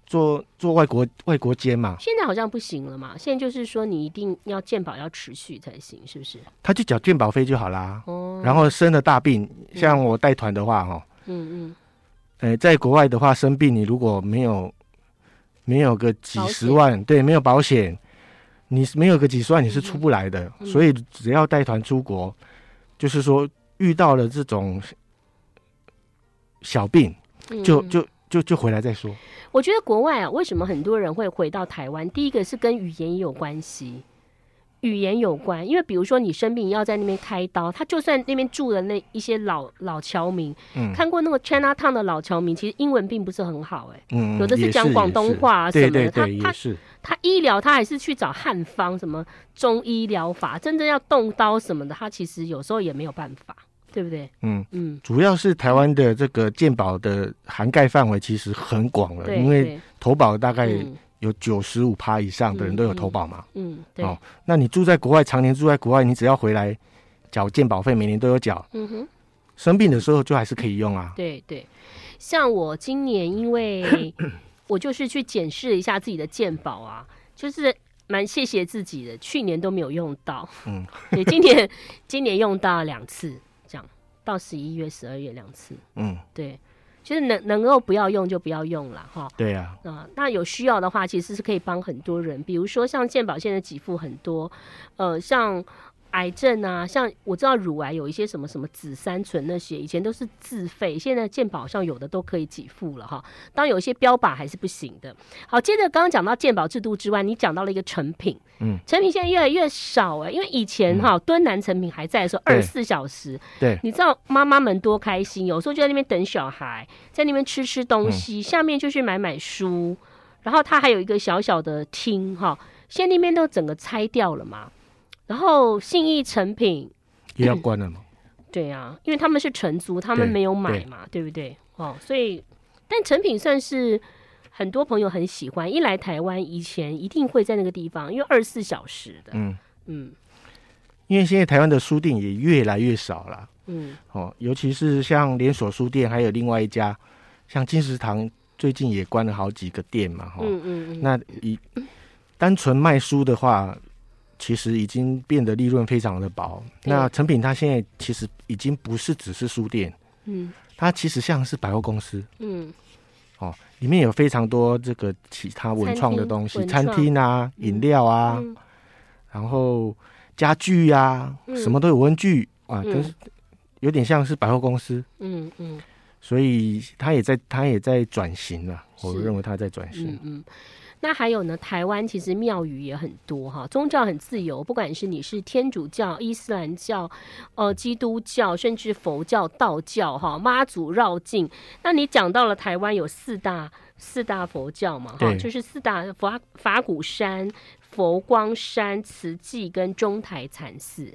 [SPEAKER 2] 做做外国外国间嘛，
[SPEAKER 1] 现在好像不行了嘛，现在就是说你一定要健保要持续才行，是不是？
[SPEAKER 2] 他就缴健保费就好啦。
[SPEAKER 1] 哦，
[SPEAKER 2] 然后生了大病，像我带团的话，哦，
[SPEAKER 1] 嗯嗯，
[SPEAKER 2] 呃，在国外的话，生病你如果没有没有个几
[SPEAKER 1] 保
[SPEAKER 2] 十
[SPEAKER 1] 险
[SPEAKER 2] 万，对，没有保险，你是没有个几十万你是出不来的。
[SPEAKER 1] 嗯
[SPEAKER 2] 所以只要带团出国，就是说遇到了这种小病，
[SPEAKER 1] 嗯
[SPEAKER 2] 就
[SPEAKER 1] 嗯
[SPEAKER 2] 就就就回来再说。
[SPEAKER 1] 我觉得国外啊，为什么很多人会回到台湾？第一个是跟语言也有关系，语言有关，因为比如说你生病要在那边开刀，他就算那边住的那一些老老侨民，
[SPEAKER 2] 嗯
[SPEAKER 1] 看过那个 China Town 的老侨民，其实英文并不是很好、哎，
[SPEAKER 2] 嗯，
[SPEAKER 1] 有的是
[SPEAKER 2] 也
[SPEAKER 1] 讲
[SPEAKER 2] 也
[SPEAKER 1] 广东
[SPEAKER 2] 是
[SPEAKER 1] 话啊
[SPEAKER 2] 对
[SPEAKER 1] 什么
[SPEAKER 2] 对
[SPEAKER 1] 的他
[SPEAKER 2] 对，
[SPEAKER 1] 他
[SPEAKER 2] 也是。
[SPEAKER 1] 他医疗他还是去找汉方，什么中医疗法，真正要动刀什么的，他其实有时候也没有办法，对不对？
[SPEAKER 2] 嗯，
[SPEAKER 1] 嗯，
[SPEAKER 2] 主要是台湾的这个健保的涵盖范围其实很广了，
[SPEAKER 1] 对，
[SPEAKER 2] 因为
[SPEAKER 1] 对
[SPEAKER 2] 投保大概
[SPEAKER 1] 嗯
[SPEAKER 2] 有九十五趴以上的人都有投保嘛。
[SPEAKER 1] 嗯，对，
[SPEAKER 2] 哦那你住在国外，常年住在国外，你只要回来缴健保费，每年都有缴，
[SPEAKER 1] 嗯哼。
[SPEAKER 2] 生病的时候就还是可以用啊。
[SPEAKER 1] 对对，像我今年因为我就是去检视了一下自己的鉴宝啊，就是蛮谢谢自己的，去年都没有用到，
[SPEAKER 2] 嗯，
[SPEAKER 1] 对，今年今年用到两次，这样到十一月、十二月两次，
[SPEAKER 2] 嗯，
[SPEAKER 1] 对，就是能能够不要用就不要用了哈。
[SPEAKER 2] 对啊，
[SPEAKER 1] 啊、那有需要的话，其实是可以帮很多人，比如说像健保现在给付很多，呃，像癌症啊，像我知道乳癌有一些什么什么紫杉醇那些，以前都是自费，现在健保上有的都可以给付了哈。当然有一些标靶还是不行的。好，接着刚刚讲到健保制度之外，你讲到了一个成品，
[SPEAKER 2] 嗯，
[SPEAKER 1] 成品现在越来越少哎、因为以前哈、敦南成品还在的时候，二
[SPEAKER 2] 对
[SPEAKER 1] 十四小时，
[SPEAKER 2] 对
[SPEAKER 1] 你知道妈妈们多开心，有时候就在那边等小孩，在那边吃吃东
[SPEAKER 2] 嗯
[SPEAKER 1] 西，下面就去买买书，然后它还有一个小小的厅哈，现在那边都整个拆掉了嘛。然后信义成品，
[SPEAKER 2] 也要 关了嘛。
[SPEAKER 1] 对啊，因为他们是承租，他们
[SPEAKER 2] 对
[SPEAKER 1] 没有买嘛，对不对？哦，所以但成品算是很多朋友很喜欢，一来台湾以前一定会在那个地方，因为二十四小时的，
[SPEAKER 2] 嗯，
[SPEAKER 1] 嗯
[SPEAKER 2] 因为现在台湾的书店也越来越少了
[SPEAKER 1] 嗯
[SPEAKER 2] 哦，尤其是像连锁书店，还有另外一家，像金石堂最近也关了好几个店嘛。哦哈、
[SPEAKER 1] 嗯嗯嗯，
[SPEAKER 2] 那以单纯卖书的话，其实已经变得利润非常的薄。
[SPEAKER 1] 对
[SPEAKER 2] 那成品它现在其实已经不是只是书店，
[SPEAKER 1] 嗯
[SPEAKER 2] 它其实像是百货公司
[SPEAKER 1] 嗯
[SPEAKER 2] 哦，里面有非常多这个其他文创的东西，
[SPEAKER 1] 餐
[SPEAKER 2] 餐
[SPEAKER 1] 厅
[SPEAKER 2] 厅啊、
[SPEAKER 1] 嗯
[SPEAKER 2] 饮料啊，
[SPEAKER 1] 嗯
[SPEAKER 2] 然后家具啊，
[SPEAKER 1] 嗯
[SPEAKER 2] 什么都有文具啊，
[SPEAKER 1] 嗯
[SPEAKER 2] 但是有点像是百货公司，
[SPEAKER 1] 嗯嗯
[SPEAKER 2] 所以它也在它也在转型了。我
[SPEAKER 1] 是
[SPEAKER 2] 认为它在转型。
[SPEAKER 1] 嗯嗯。那还有呢，台湾其实庙宇也很多哈，宗教很自由，不管是你是天主教、伊斯兰教、呃基督教，甚至佛教、道教哈，妈祖绕境。那你讲到了台湾有四大四大佛教嘛哈，
[SPEAKER 2] 对
[SPEAKER 1] 就是四大法法鼓山、佛光山、慈济跟中台禅寺，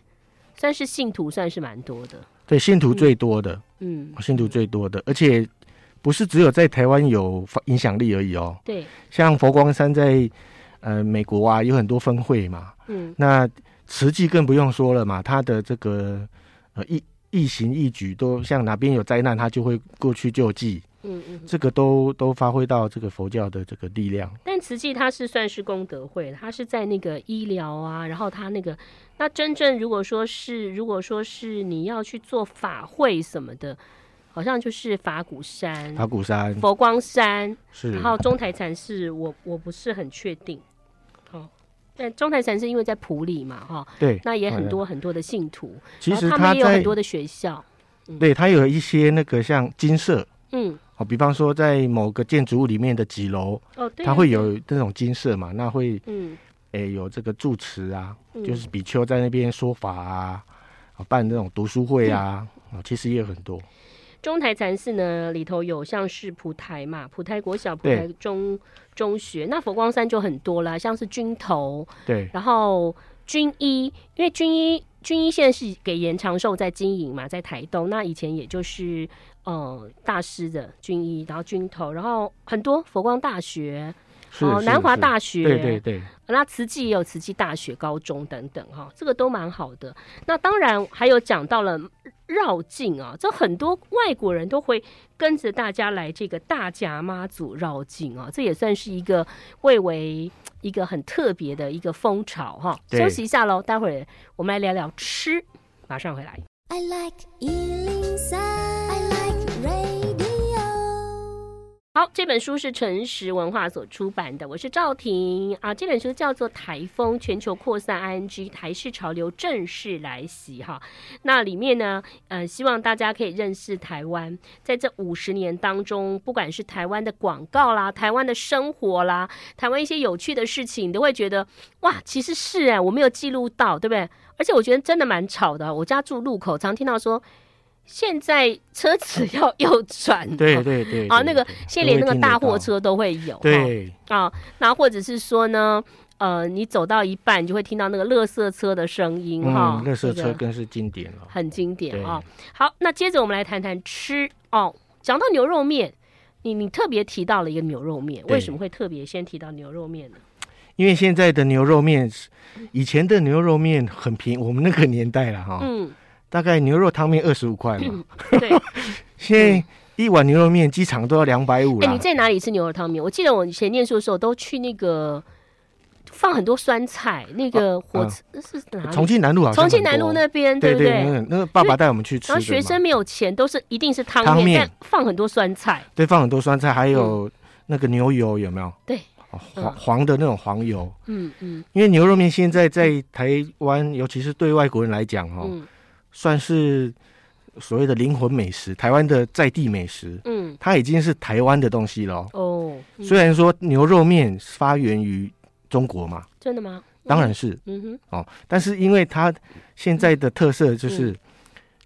[SPEAKER 1] 算是信徒算是蛮多的，
[SPEAKER 2] 对，信徒最多的，
[SPEAKER 1] 嗯，
[SPEAKER 2] 信徒最多的，而且不是只有在台湾有发影响力而已哦。
[SPEAKER 1] 对，
[SPEAKER 2] 像佛光山在呃美国啊，有很多分会嘛。
[SPEAKER 1] 嗯
[SPEAKER 2] 那慈济更不用说了嘛，它的这个呃一。一行一举都像哪边有灾难，他就会过去救济，
[SPEAKER 1] 嗯嗯。
[SPEAKER 2] 这个都都发挥到这个佛教的这个力量。
[SPEAKER 1] 但慈济它是算是功德会，它是在那个医疗啊，然后它那个，那真正如果说是如果说是你要去做法会什么的，好像就是法鼓山、
[SPEAKER 2] 法鼓山
[SPEAKER 1] 嗯佛光山，
[SPEAKER 2] 是
[SPEAKER 1] 然后中台禅寺，我我不是很确定。哦，但中台禅寺因为在普里嘛，哈、
[SPEAKER 2] 对，哎
[SPEAKER 1] 那也很多很多的信徒，
[SPEAKER 2] 其实
[SPEAKER 1] 然后他们
[SPEAKER 2] 它
[SPEAKER 1] 也有很
[SPEAKER 2] 在
[SPEAKER 1] 多的学校，
[SPEAKER 2] 对它有一些那个像金色
[SPEAKER 1] 嗯，
[SPEAKER 2] 哦，比方说在某个建筑物里面的几楼，
[SPEAKER 1] 哦，对，
[SPEAKER 2] 它会，有那种金色嘛，那会
[SPEAKER 1] 嗯，
[SPEAKER 2] 诶、有这个住持啊，
[SPEAKER 1] 嗯
[SPEAKER 2] 就是比丘在那边说法啊，啊办那种读书会啊，啊其实也有很多。
[SPEAKER 1] 中台禅寺呢，里头有像是普台嘛，普台国小、普
[SPEAKER 2] 对
[SPEAKER 1] 台中中学，那佛光山就很多啦，像是军头，
[SPEAKER 2] 对，
[SPEAKER 1] 然后军医，因为军医军医现在是给延长寿在经营嘛，在台东，那以前也就是呃大师的军医，然后军头，然后很多佛光大学，
[SPEAKER 2] 是
[SPEAKER 1] 哦
[SPEAKER 2] 是
[SPEAKER 1] 南华
[SPEAKER 2] 是
[SPEAKER 1] 大学，
[SPEAKER 2] 对对对，
[SPEAKER 1] 那慈济也有慈济大学、高中等等哈、这个都蛮好的。那当然还有讲到了日绕境啊，这很多外国人都会跟着大家来这个大甲妈祖绕境啊，这也算是一个蔚为一个很特别的一个风潮哈、
[SPEAKER 2] 对
[SPEAKER 1] 休息一下喽，待会儿我们来聊聊吃，马上回来。
[SPEAKER 3] I like Ealing Sound. I like radio.
[SPEAKER 1] 好，这本书是诚实文化所出版的，我是赵婷啊。这本书叫做《台风全球扩散 ING 台式潮流正式来袭》哈。那里面呢，呃，希望大家可以认识台湾，在这五十年当中，不管是台湾的广告啦、台湾的生活啦、台湾一些有趣的事情，你都会觉得哇，其实是哎、我没有记录到，对不对？而且我觉得真的蛮吵的，我家住路口，常听到说现在车子 要右转，
[SPEAKER 2] 对对对
[SPEAKER 1] 啊，那个
[SPEAKER 2] 对
[SPEAKER 1] 现在连那个大货，
[SPEAKER 2] 都
[SPEAKER 1] 车都会有，
[SPEAKER 2] 会听得到对
[SPEAKER 1] 啊，那或者是说呢，呃，你走到一半就会听到那个垃圾车的声音哈，
[SPEAKER 2] 嗯，乐色
[SPEAKER 1] 这
[SPEAKER 2] 车
[SPEAKER 1] 个
[SPEAKER 2] 更是经典了。
[SPEAKER 1] 很经典
[SPEAKER 2] 对
[SPEAKER 1] 啊、好，那接着我们来谈谈吃哦。讲到牛肉面，你你特别提到了一个牛肉面，
[SPEAKER 2] 对
[SPEAKER 1] 为什么会特别先提到牛肉面呢？
[SPEAKER 2] 因为现在的牛肉面是，以前的牛肉面很便宜，我们那个年代了哈，
[SPEAKER 1] 嗯，
[SPEAKER 2] 大概牛肉汤面二十五块嘛，
[SPEAKER 1] 对。
[SPEAKER 2] 现在一碗牛肉面机场都要两百五
[SPEAKER 1] 嗯哎、
[SPEAKER 2] 啦
[SPEAKER 1] 你。在哪里吃牛肉汤面？我记得我以前念书的时候都去那个放很多酸菜，那个火
[SPEAKER 2] 嗯
[SPEAKER 1] 车、是哪里？
[SPEAKER 2] 重庆南路好像
[SPEAKER 1] 重
[SPEAKER 2] 很多
[SPEAKER 1] 庆南路那边，
[SPEAKER 2] 对
[SPEAKER 1] 不
[SPEAKER 2] 对，那个那个爸爸带我们去吃的
[SPEAKER 1] 然后
[SPEAKER 2] 嘛，
[SPEAKER 1] 学生没有钱，都是一定是汤
[SPEAKER 2] 汤
[SPEAKER 1] 面，
[SPEAKER 2] 面
[SPEAKER 1] 但放很多酸菜。
[SPEAKER 2] 对放很多酸菜，还有那个牛油有没有？
[SPEAKER 1] 嗯对
[SPEAKER 2] 哦，
[SPEAKER 1] 嗯
[SPEAKER 2] 黄黄的那种黄油，
[SPEAKER 1] 嗯嗯
[SPEAKER 2] 因为牛肉面现在在台湾，尤其是对外国人来讲哦，
[SPEAKER 1] 嗯
[SPEAKER 2] 算是所谓的灵魂美食，台湾的在地美食，
[SPEAKER 1] 嗯，
[SPEAKER 2] 它已经是台湾的东西了哦。
[SPEAKER 1] 哦，嗯
[SPEAKER 2] 虽然说牛肉面发源于中国嘛，
[SPEAKER 1] 真的吗？
[SPEAKER 2] 当然是，哦
[SPEAKER 1] 嗯哼，
[SPEAKER 2] 但是因为它现在的特色就是，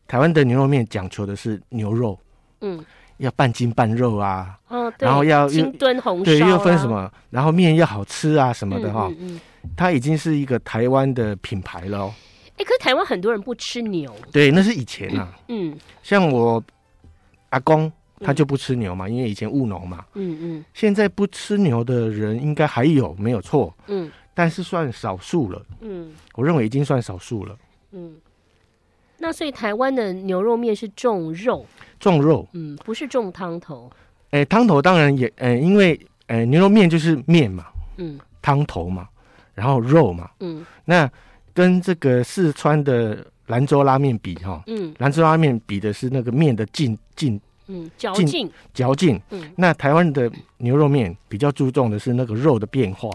[SPEAKER 2] 台湾的牛肉面讲求的是牛肉
[SPEAKER 1] 嗯
[SPEAKER 2] 要半斤半肉啊，
[SPEAKER 1] 哦，对，
[SPEAKER 2] 然后要
[SPEAKER 1] 清炖红烧、啊，
[SPEAKER 2] 对，又分什么，然后面要好吃啊什么的哈、
[SPEAKER 1] 嗯嗯嗯
[SPEAKER 2] 它已经是一个台湾的品牌了哦。
[SPEAKER 1] 哎、可是台湾很多人不吃牛，
[SPEAKER 2] 对，那是以前啊，
[SPEAKER 1] 嗯
[SPEAKER 2] 像我阿公他就不吃牛嘛，因为以前务农嘛。
[SPEAKER 1] 嗯
[SPEAKER 2] 现在不吃牛的人应该还有没有错，
[SPEAKER 1] 嗯嗯
[SPEAKER 2] 但是算少数了，
[SPEAKER 1] 嗯
[SPEAKER 2] 我认为已经算少数了。
[SPEAKER 1] 嗯。那所以台湾的牛肉面是重肉，
[SPEAKER 2] 重肉，
[SPEAKER 1] 嗯，不是重汤头，
[SPEAKER 2] 哎、汤头当然也，哎、因为哎、牛肉面就是面嘛，
[SPEAKER 1] 嗯
[SPEAKER 2] 汤头嘛，然后肉嘛，
[SPEAKER 1] 嗯
[SPEAKER 2] 那跟这个四川的兰州拉面比哈，
[SPEAKER 1] 嗯
[SPEAKER 2] 兰州拉面比的是那个面的劲劲
[SPEAKER 1] 嗯，嚼
[SPEAKER 2] 进
[SPEAKER 1] 劲，
[SPEAKER 2] 嚼劲，
[SPEAKER 1] 嗯，
[SPEAKER 2] 那台湾的牛肉面比较注重的是那个肉的变化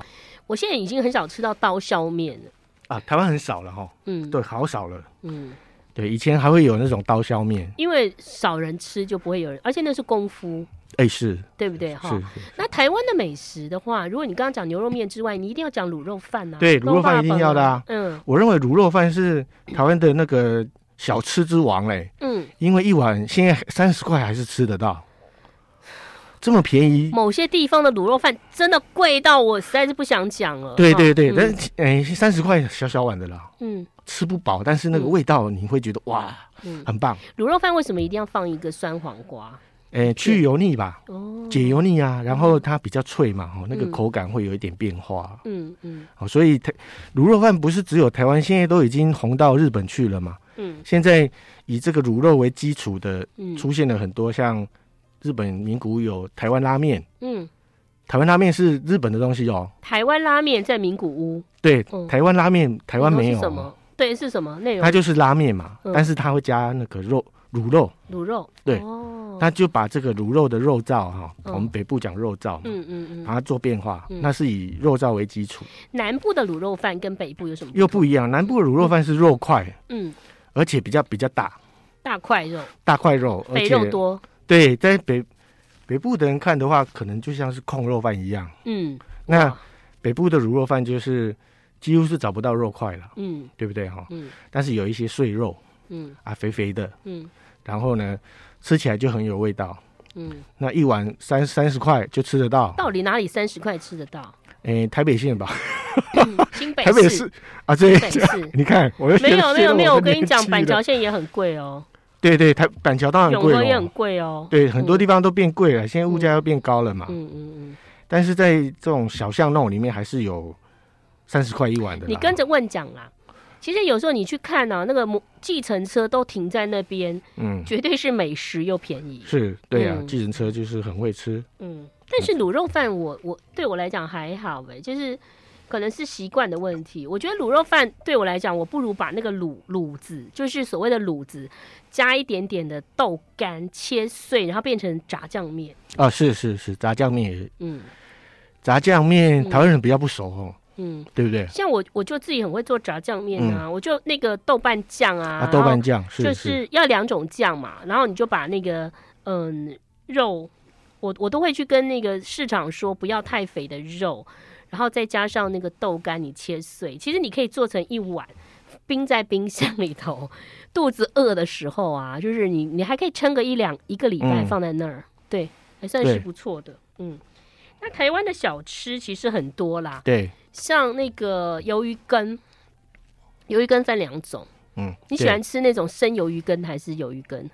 [SPEAKER 1] 我现在已经很少吃到刀削面了，
[SPEAKER 2] 啊，台湾很少了哈，
[SPEAKER 1] 嗯，
[SPEAKER 2] 对，，好少了。
[SPEAKER 1] 嗯。
[SPEAKER 2] 对，以前还会有那种刀削面，
[SPEAKER 1] 因为少人吃就不会有人，而且那是功夫，
[SPEAKER 2] 哎、是
[SPEAKER 1] 对不对
[SPEAKER 2] 是
[SPEAKER 1] 哈？
[SPEAKER 2] 是，
[SPEAKER 1] 那台湾的美食的话，如果你刚刚讲牛肉面之外，你一定要讲卤肉饭呐、
[SPEAKER 2] 对卤肉饭一定要的啊
[SPEAKER 1] 嗯
[SPEAKER 2] 我认为卤肉饭是台湾的那个小吃之王嘞，
[SPEAKER 1] 嗯，
[SPEAKER 2] 因为一碗现在三十块还是吃得到，这么便宜。
[SPEAKER 1] 某些地方的卤肉饭真的贵到我实在是不想讲了。
[SPEAKER 2] 对
[SPEAKER 1] 哈
[SPEAKER 2] 对对，
[SPEAKER 1] 嗯
[SPEAKER 2] 但是哎，三十块小小碗的啦，
[SPEAKER 1] 嗯
[SPEAKER 2] 吃不饱，但是那个味道你会觉得哇，
[SPEAKER 1] 嗯，
[SPEAKER 2] 很棒。
[SPEAKER 1] 卤肉饭为什么一定要放一个酸黄瓜？
[SPEAKER 2] 哎，去油腻吧，
[SPEAKER 1] 哦，
[SPEAKER 2] 解油腻啊，然后它比较脆嘛，哦，那个
[SPEAKER 1] 嗯
[SPEAKER 2] 口感会有一点变化。
[SPEAKER 1] 嗯嗯
[SPEAKER 2] 哦，所以台卤肉饭不是只有台湾，现在都已经红到日本去了嘛。
[SPEAKER 1] 嗯
[SPEAKER 2] 现在以这个卤肉为基础的，
[SPEAKER 1] 嗯，
[SPEAKER 2] 出现了很多像日本名古屋有台湾拉面，
[SPEAKER 1] 嗯，
[SPEAKER 2] 台湾拉面是日本的东西哦。
[SPEAKER 1] 台湾拉面在名古屋，
[SPEAKER 2] 对，
[SPEAKER 1] 嗯
[SPEAKER 2] 台湾拉面台湾没
[SPEAKER 1] 是
[SPEAKER 2] 有
[SPEAKER 1] 什
[SPEAKER 2] 哦，
[SPEAKER 1] 么？对，是什么内容
[SPEAKER 2] 它？就是拉面嘛，
[SPEAKER 1] 嗯
[SPEAKER 2] 但是它会加那个肉卤肉，
[SPEAKER 1] 卤肉。
[SPEAKER 2] 对
[SPEAKER 1] 哦，
[SPEAKER 2] 它就把这个卤肉的肉燥哈，
[SPEAKER 1] 嗯
[SPEAKER 2] 我们北部讲肉燥嘛，
[SPEAKER 1] 嗯嗯
[SPEAKER 2] 把
[SPEAKER 1] 嗯，
[SPEAKER 2] 它做变化，
[SPEAKER 1] 嗯
[SPEAKER 2] 那是以肉燥为基础，
[SPEAKER 1] 南部的卤肉饭跟北部有什么？
[SPEAKER 2] 又不一样。南部的卤肉饭是肉块，
[SPEAKER 1] 嗯，
[SPEAKER 2] 而且比较比较大，
[SPEAKER 1] 大块肉，
[SPEAKER 2] 大块肉，而
[SPEAKER 1] 肥
[SPEAKER 2] 且
[SPEAKER 1] 肉多。
[SPEAKER 2] 对，在北北部的人看的话，可能就像是控肉饭一样。
[SPEAKER 1] 嗯，
[SPEAKER 2] 那
[SPEAKER 1] 哇
[SPEAKER 2] 北部的卤肉饭就是几乎是找不到肉块了，
[SPEAKER 1] 嗯
[SPEAKER 2] 对不对哈？
[SPEAKER 1] 嗯
[SPEAKER 2] 但是有一些碎肉
[SPEAKER 1] 嗯
[SPEAKER 2] 啊，肥肥的，
[SPEAKER 1] 嗯
[SPEAKER 2] 然后呢，吃起来就很有味道。
[SPEAKER 1] 嗯，
[SPEAKER 2] 那一碗三三十块就吃得到，
[SPEAKER 1] 到底哪里三十块吃得 到？
[SPEAKER 2] 诶，台北县吧，
[SPEAKER 1] 嗯新北
[SPEAKER 2] 台北
[SPEAKER 1] 市
[SPEAKER 2] 市啊，这
[SPEAKER 1] 北市
[SPEAKER 2] 你看，我又
[SPEAKER 1] 没有没有没有，我
[SPEAKER 2] 我
[SPEAKER 1] 跟你讲，板
[SPEAKER 2] 板
[SPEAKER 1] 桥
[SPEAKER 2] 桥，
[SPEAKER 1] 县也很贵哦，
[SPEAKER 2] 对对，台板桥当然
[SPEAKER 1] 永
[SPEAKER 2] 贵
[SPEAKER 1] 和也很
[SPEAKER 2] 了，
[SPEAKER 1] 贵哦。
[SPEAKER 2] 对，很多
[SPEAKER 1] 嗯
[SPEAKER 2] 地方都变贵了，现在物价又变高了嘛。
[SPEAKER 1] 嗯嗯
[SPEAKER 2] 但是在这种小巷弄里面，还是有三十块一碗的
[SPEAKER 1] 嗯，
[SPEAKER 2] 啦。
[SPEAKER 1] 你跟着问讲啦。其实有时候你去看啊，那个摩计程车都停在那边，
[SPEAKER 2] 嗯，
[SPEAKER 1] 绝对是美食又便宜。
[SPEAKER 2] 是对啊，
[SPEAKER 1] 嗯
[SPEAKER 2] 计程车就是很会吃，
[SPEAKER 1] 嗯，但是卤肉饭我我对我来讲还好哎、就是可能是习惯的问题。我觉得卤肉饭对我来讲，我不如把那个卤卤子，就是所谓的卤子，加一点点的豆干切碎，然后变成炸酱面。
[SPEAKER 2] 啊，是是是，炸酱面也，
[SPEAKER 1] 嗯
[SPEAKER 2] 炸酱面
[SPEAKER 1] 嗯
[SPEAKER 2] 台湾人比较不熟哦，
[SPEAKER 1] 嗯，
[SPEAKER 2] 对不对？
[SPEAKER 1] 像我我就自己很会做炸酱面啊，我就那个豆瓣酱啊，
[SPEAKER 2] 嗯啊，豆
[SPEAKER 1] 然
[SPEAKER 2] 瓣
[SPEAKER 1] 后
[SPEAKER 2] 酱是，
[SPEAKER 1] 就是是要两种酱嘛，然后你就把那个嗯肉，我我都会去跟那个市场说不要太肥的肉，然后再加上那个豆干，你切碎，其实你可以做成一碗。冰在冰箱里头，肚子饿的时候啊，就是你你还可以撑个一两一个礼拜
[SPEAKER 2] 嗯
[SPEAKER 1] 放在那儿，对，还算是
[SPEAKER 2] 对
[SPEAKER 1] 不错的。嗯，那台湾的小吃其实很多啦，
[SPEAKER 2] 对，
[SPEAKER 1] 像那个鱿鱼羹，鱿鱼羹分两种，
[SPEAKER 2] 嗯，
[SPEAKER 1] 你
[SPEAKER 2] 对
[SPEAKER 1] 喜欢？吃那种生鱿鱼羹还是鱿鱼羹？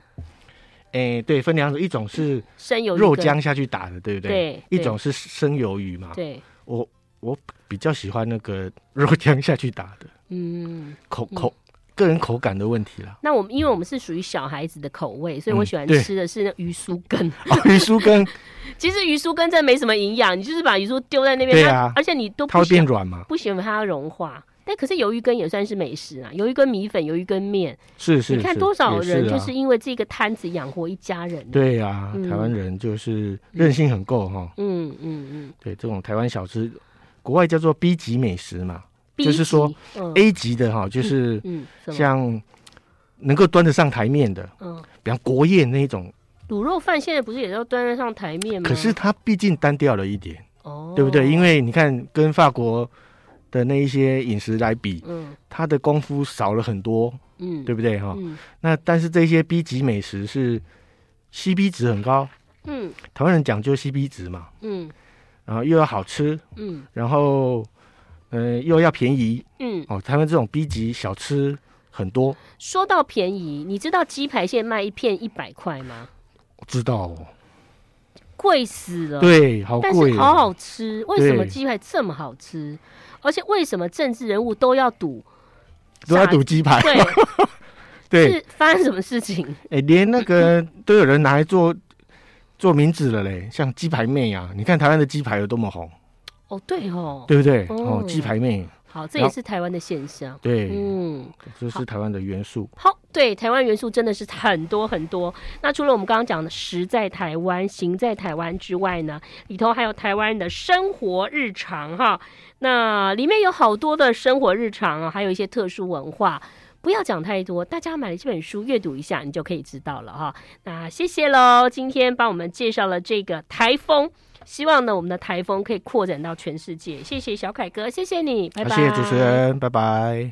[SPEAKER 2] 哎，对，分两种，一种是
[SPEAKER 1] 生鱿鱼
[SPEAKER 2] 肉
[SPEAKER 1] 羹
[SPEAKER 2] 浆下去打的，对不对？
[SPEAKER 1] 对，
[SPEAKER 2] 一种是生鱿鱼嘛，
[SPEAKER 1] 对，
[SPEAKER 2] 我我比较喜欢那个肉浆下 去打的，
[SPEAKER 1] 嗯，
[SPEAKER 2] 口口个人口感的问题啦。
[SPEAKER 1] 那我们因为我们是属于小孩子的口味，所以我
[SPEAKER 2] 嗯
[SPEAKER 1] 喜欢
[SPEAKER 2] 对
[SPEAKER 1] 吃的是那鱼酥羹。
[SPEAKER 2] 哦，鱼酥羹
[SPEAKER 1] 其实鱼酥羹真的没什么营养，你就是把鱼酥丢在那边，
[SPEAKER 2] 对
[SPEAKER 1] 它
[SPEAKER 2] 啊
[SPEAKER 1] 而且你都
[SPEAKER 2] 它
[SPEAKER 1] 不
[SPEAKER 2] 会
[SPEAKER 1] 喜
[SPEAKER 2] 变
[SPEAKER 1] 欢
[SPEAKER 2] 软嘛？
[SPEAKER 1] 不喜欢它融化。但可是鱿鱼羹也算是美食啊，鱿鱼羹米粉、鱿鱼羹面，
[SPEAKER 2] 是是，
[SPEAKER 1] 你看
[SPEAKER 2] 是
[SPEAKER 1] 多少
[SPEAKER 2] 也
[SPEAKER 1] 人
[SPEAKER 2] 啊
[SPEAKER 1] 就是因为这个摊子养活一家人。，
[SPEAKER 2] 对呀，
[SPEAKER 1] 嗯
[SPEAKER 2] 台湾人就是韧性很够哈。
[SPEAKER 1] 嗯嗯嗯，
[SPEAKER 2] 对，这种台湾小吃，国外叫做 B 级美食嘛就是
[SPEAKER 1] 逼
[SPEAKER 2] 说
[SPEAKER 1] 急，嗯
[SPEAKER 2] ，A 级的哈就是
[SPEAKER 1] 嗯， 什么
[SPEAKER 2] 像能够端得上台面的，
[SPEAKER 1] 嗯，
[SPEAKER 2] 比方国宴那种，
[SPEAKER 1] 卤肉饭现在不是也都端得上台面吗？
[SPEAKER 2] 可是它毕竟单调了一点，
[SPEAKER 1] 嗯哦，
[SPEAKER 2] 对不对？因
[SPEAKER 1] 为
[SPEAKER 2] 为你看跟法国的那一些饮食来比，
[SPEAKER 1] 嗯
[SPEAKER 2] 它的功夫少了很多，
[SPEAKER 1] 嗯，
[SPEAKER 2] 对不对哈？
[SPEAKER 1] 嗯
[SPEAKER 2] 那但是这些 B 级美食是 CP 值很高，
[SPEAKER 1] 嗯
[SPEAKER 2] 台湾人讲究 CP 值嘛，
[SPEAKER 1] 嗯
[SPEAKER 2] 然后又要好吃，
[SPEAKER 1] 嗯
[SPEAKER 2] 然后呃又要便宜
[SPEAKER 1] 嗯，
[SPEAKER 2] 哦。台湾这种 B 级小吃很多，
[SPEAKER 1] 说到便宜，你知道鸡排现在卖一片一百块吗？
[SPEAKER 2] 我知道哦，
[SPEAKER 1] 贵死了。。
[SPEAKER 2] 对，好
[SPEAKER 1] 嗯但
[SPEAKER 2] 贵
[SPEAKER 1] 是
[SPEAKER 2] 哦，
[SPEAKER 1] 好好吃，为什么
[SPEAKER 2] 对
[SPEAKER 1] 鸡排这么好吃？而且为什么政治人物都要赌？
[SPEAKER 2] 都要赌鸡排，
[SPEAKER 1] 对，
[SPEAKER 2] 对，
[SPEAKER 1] 是发生什么事情？
[SPEAKER 2] 哎，连那个 都有人拿来做。做名字了嘞，像鸡排妹啊，你看台湾的鸡排有多么红，
[SPEAKER 1] 哦，对哦，
[SPEAKER 2] 对不对？
[SPEAKER 1] 哦
[SPEAKER 2] 哦，鸡排妹，
[SPEAKER 1] 好，这
[SPEAKER 2] 然
[SPEAKER 1] 也
[SPEAKER 2] 后
[SPEAKER 1] 是台湾的现象。
[SPEAKER 2] 对，
[SPEAKER 1] 嗯，
[SPEAKER 2] 这是台湾的元素。
[SPEAKER 1] 好，对，台湾元素真的是很多很多。那除了我们刚刚讲的食在台湾、行在台湾之外呢，里头还有台湾人的生活日常哈。那里面有好多的生活日常啊，还有一些特殊文化。不要讲太多，大家买了这本书阅读一下，你就可以知道了哈。那谢谢喽，今天帮我们介绍了这个台风，希望呢我们的啊台风可以扩展到全世界。谢谢小凯哥，谢谢你，拜拜。
[SPEAKER 2] 谢谢主持人，拜拜。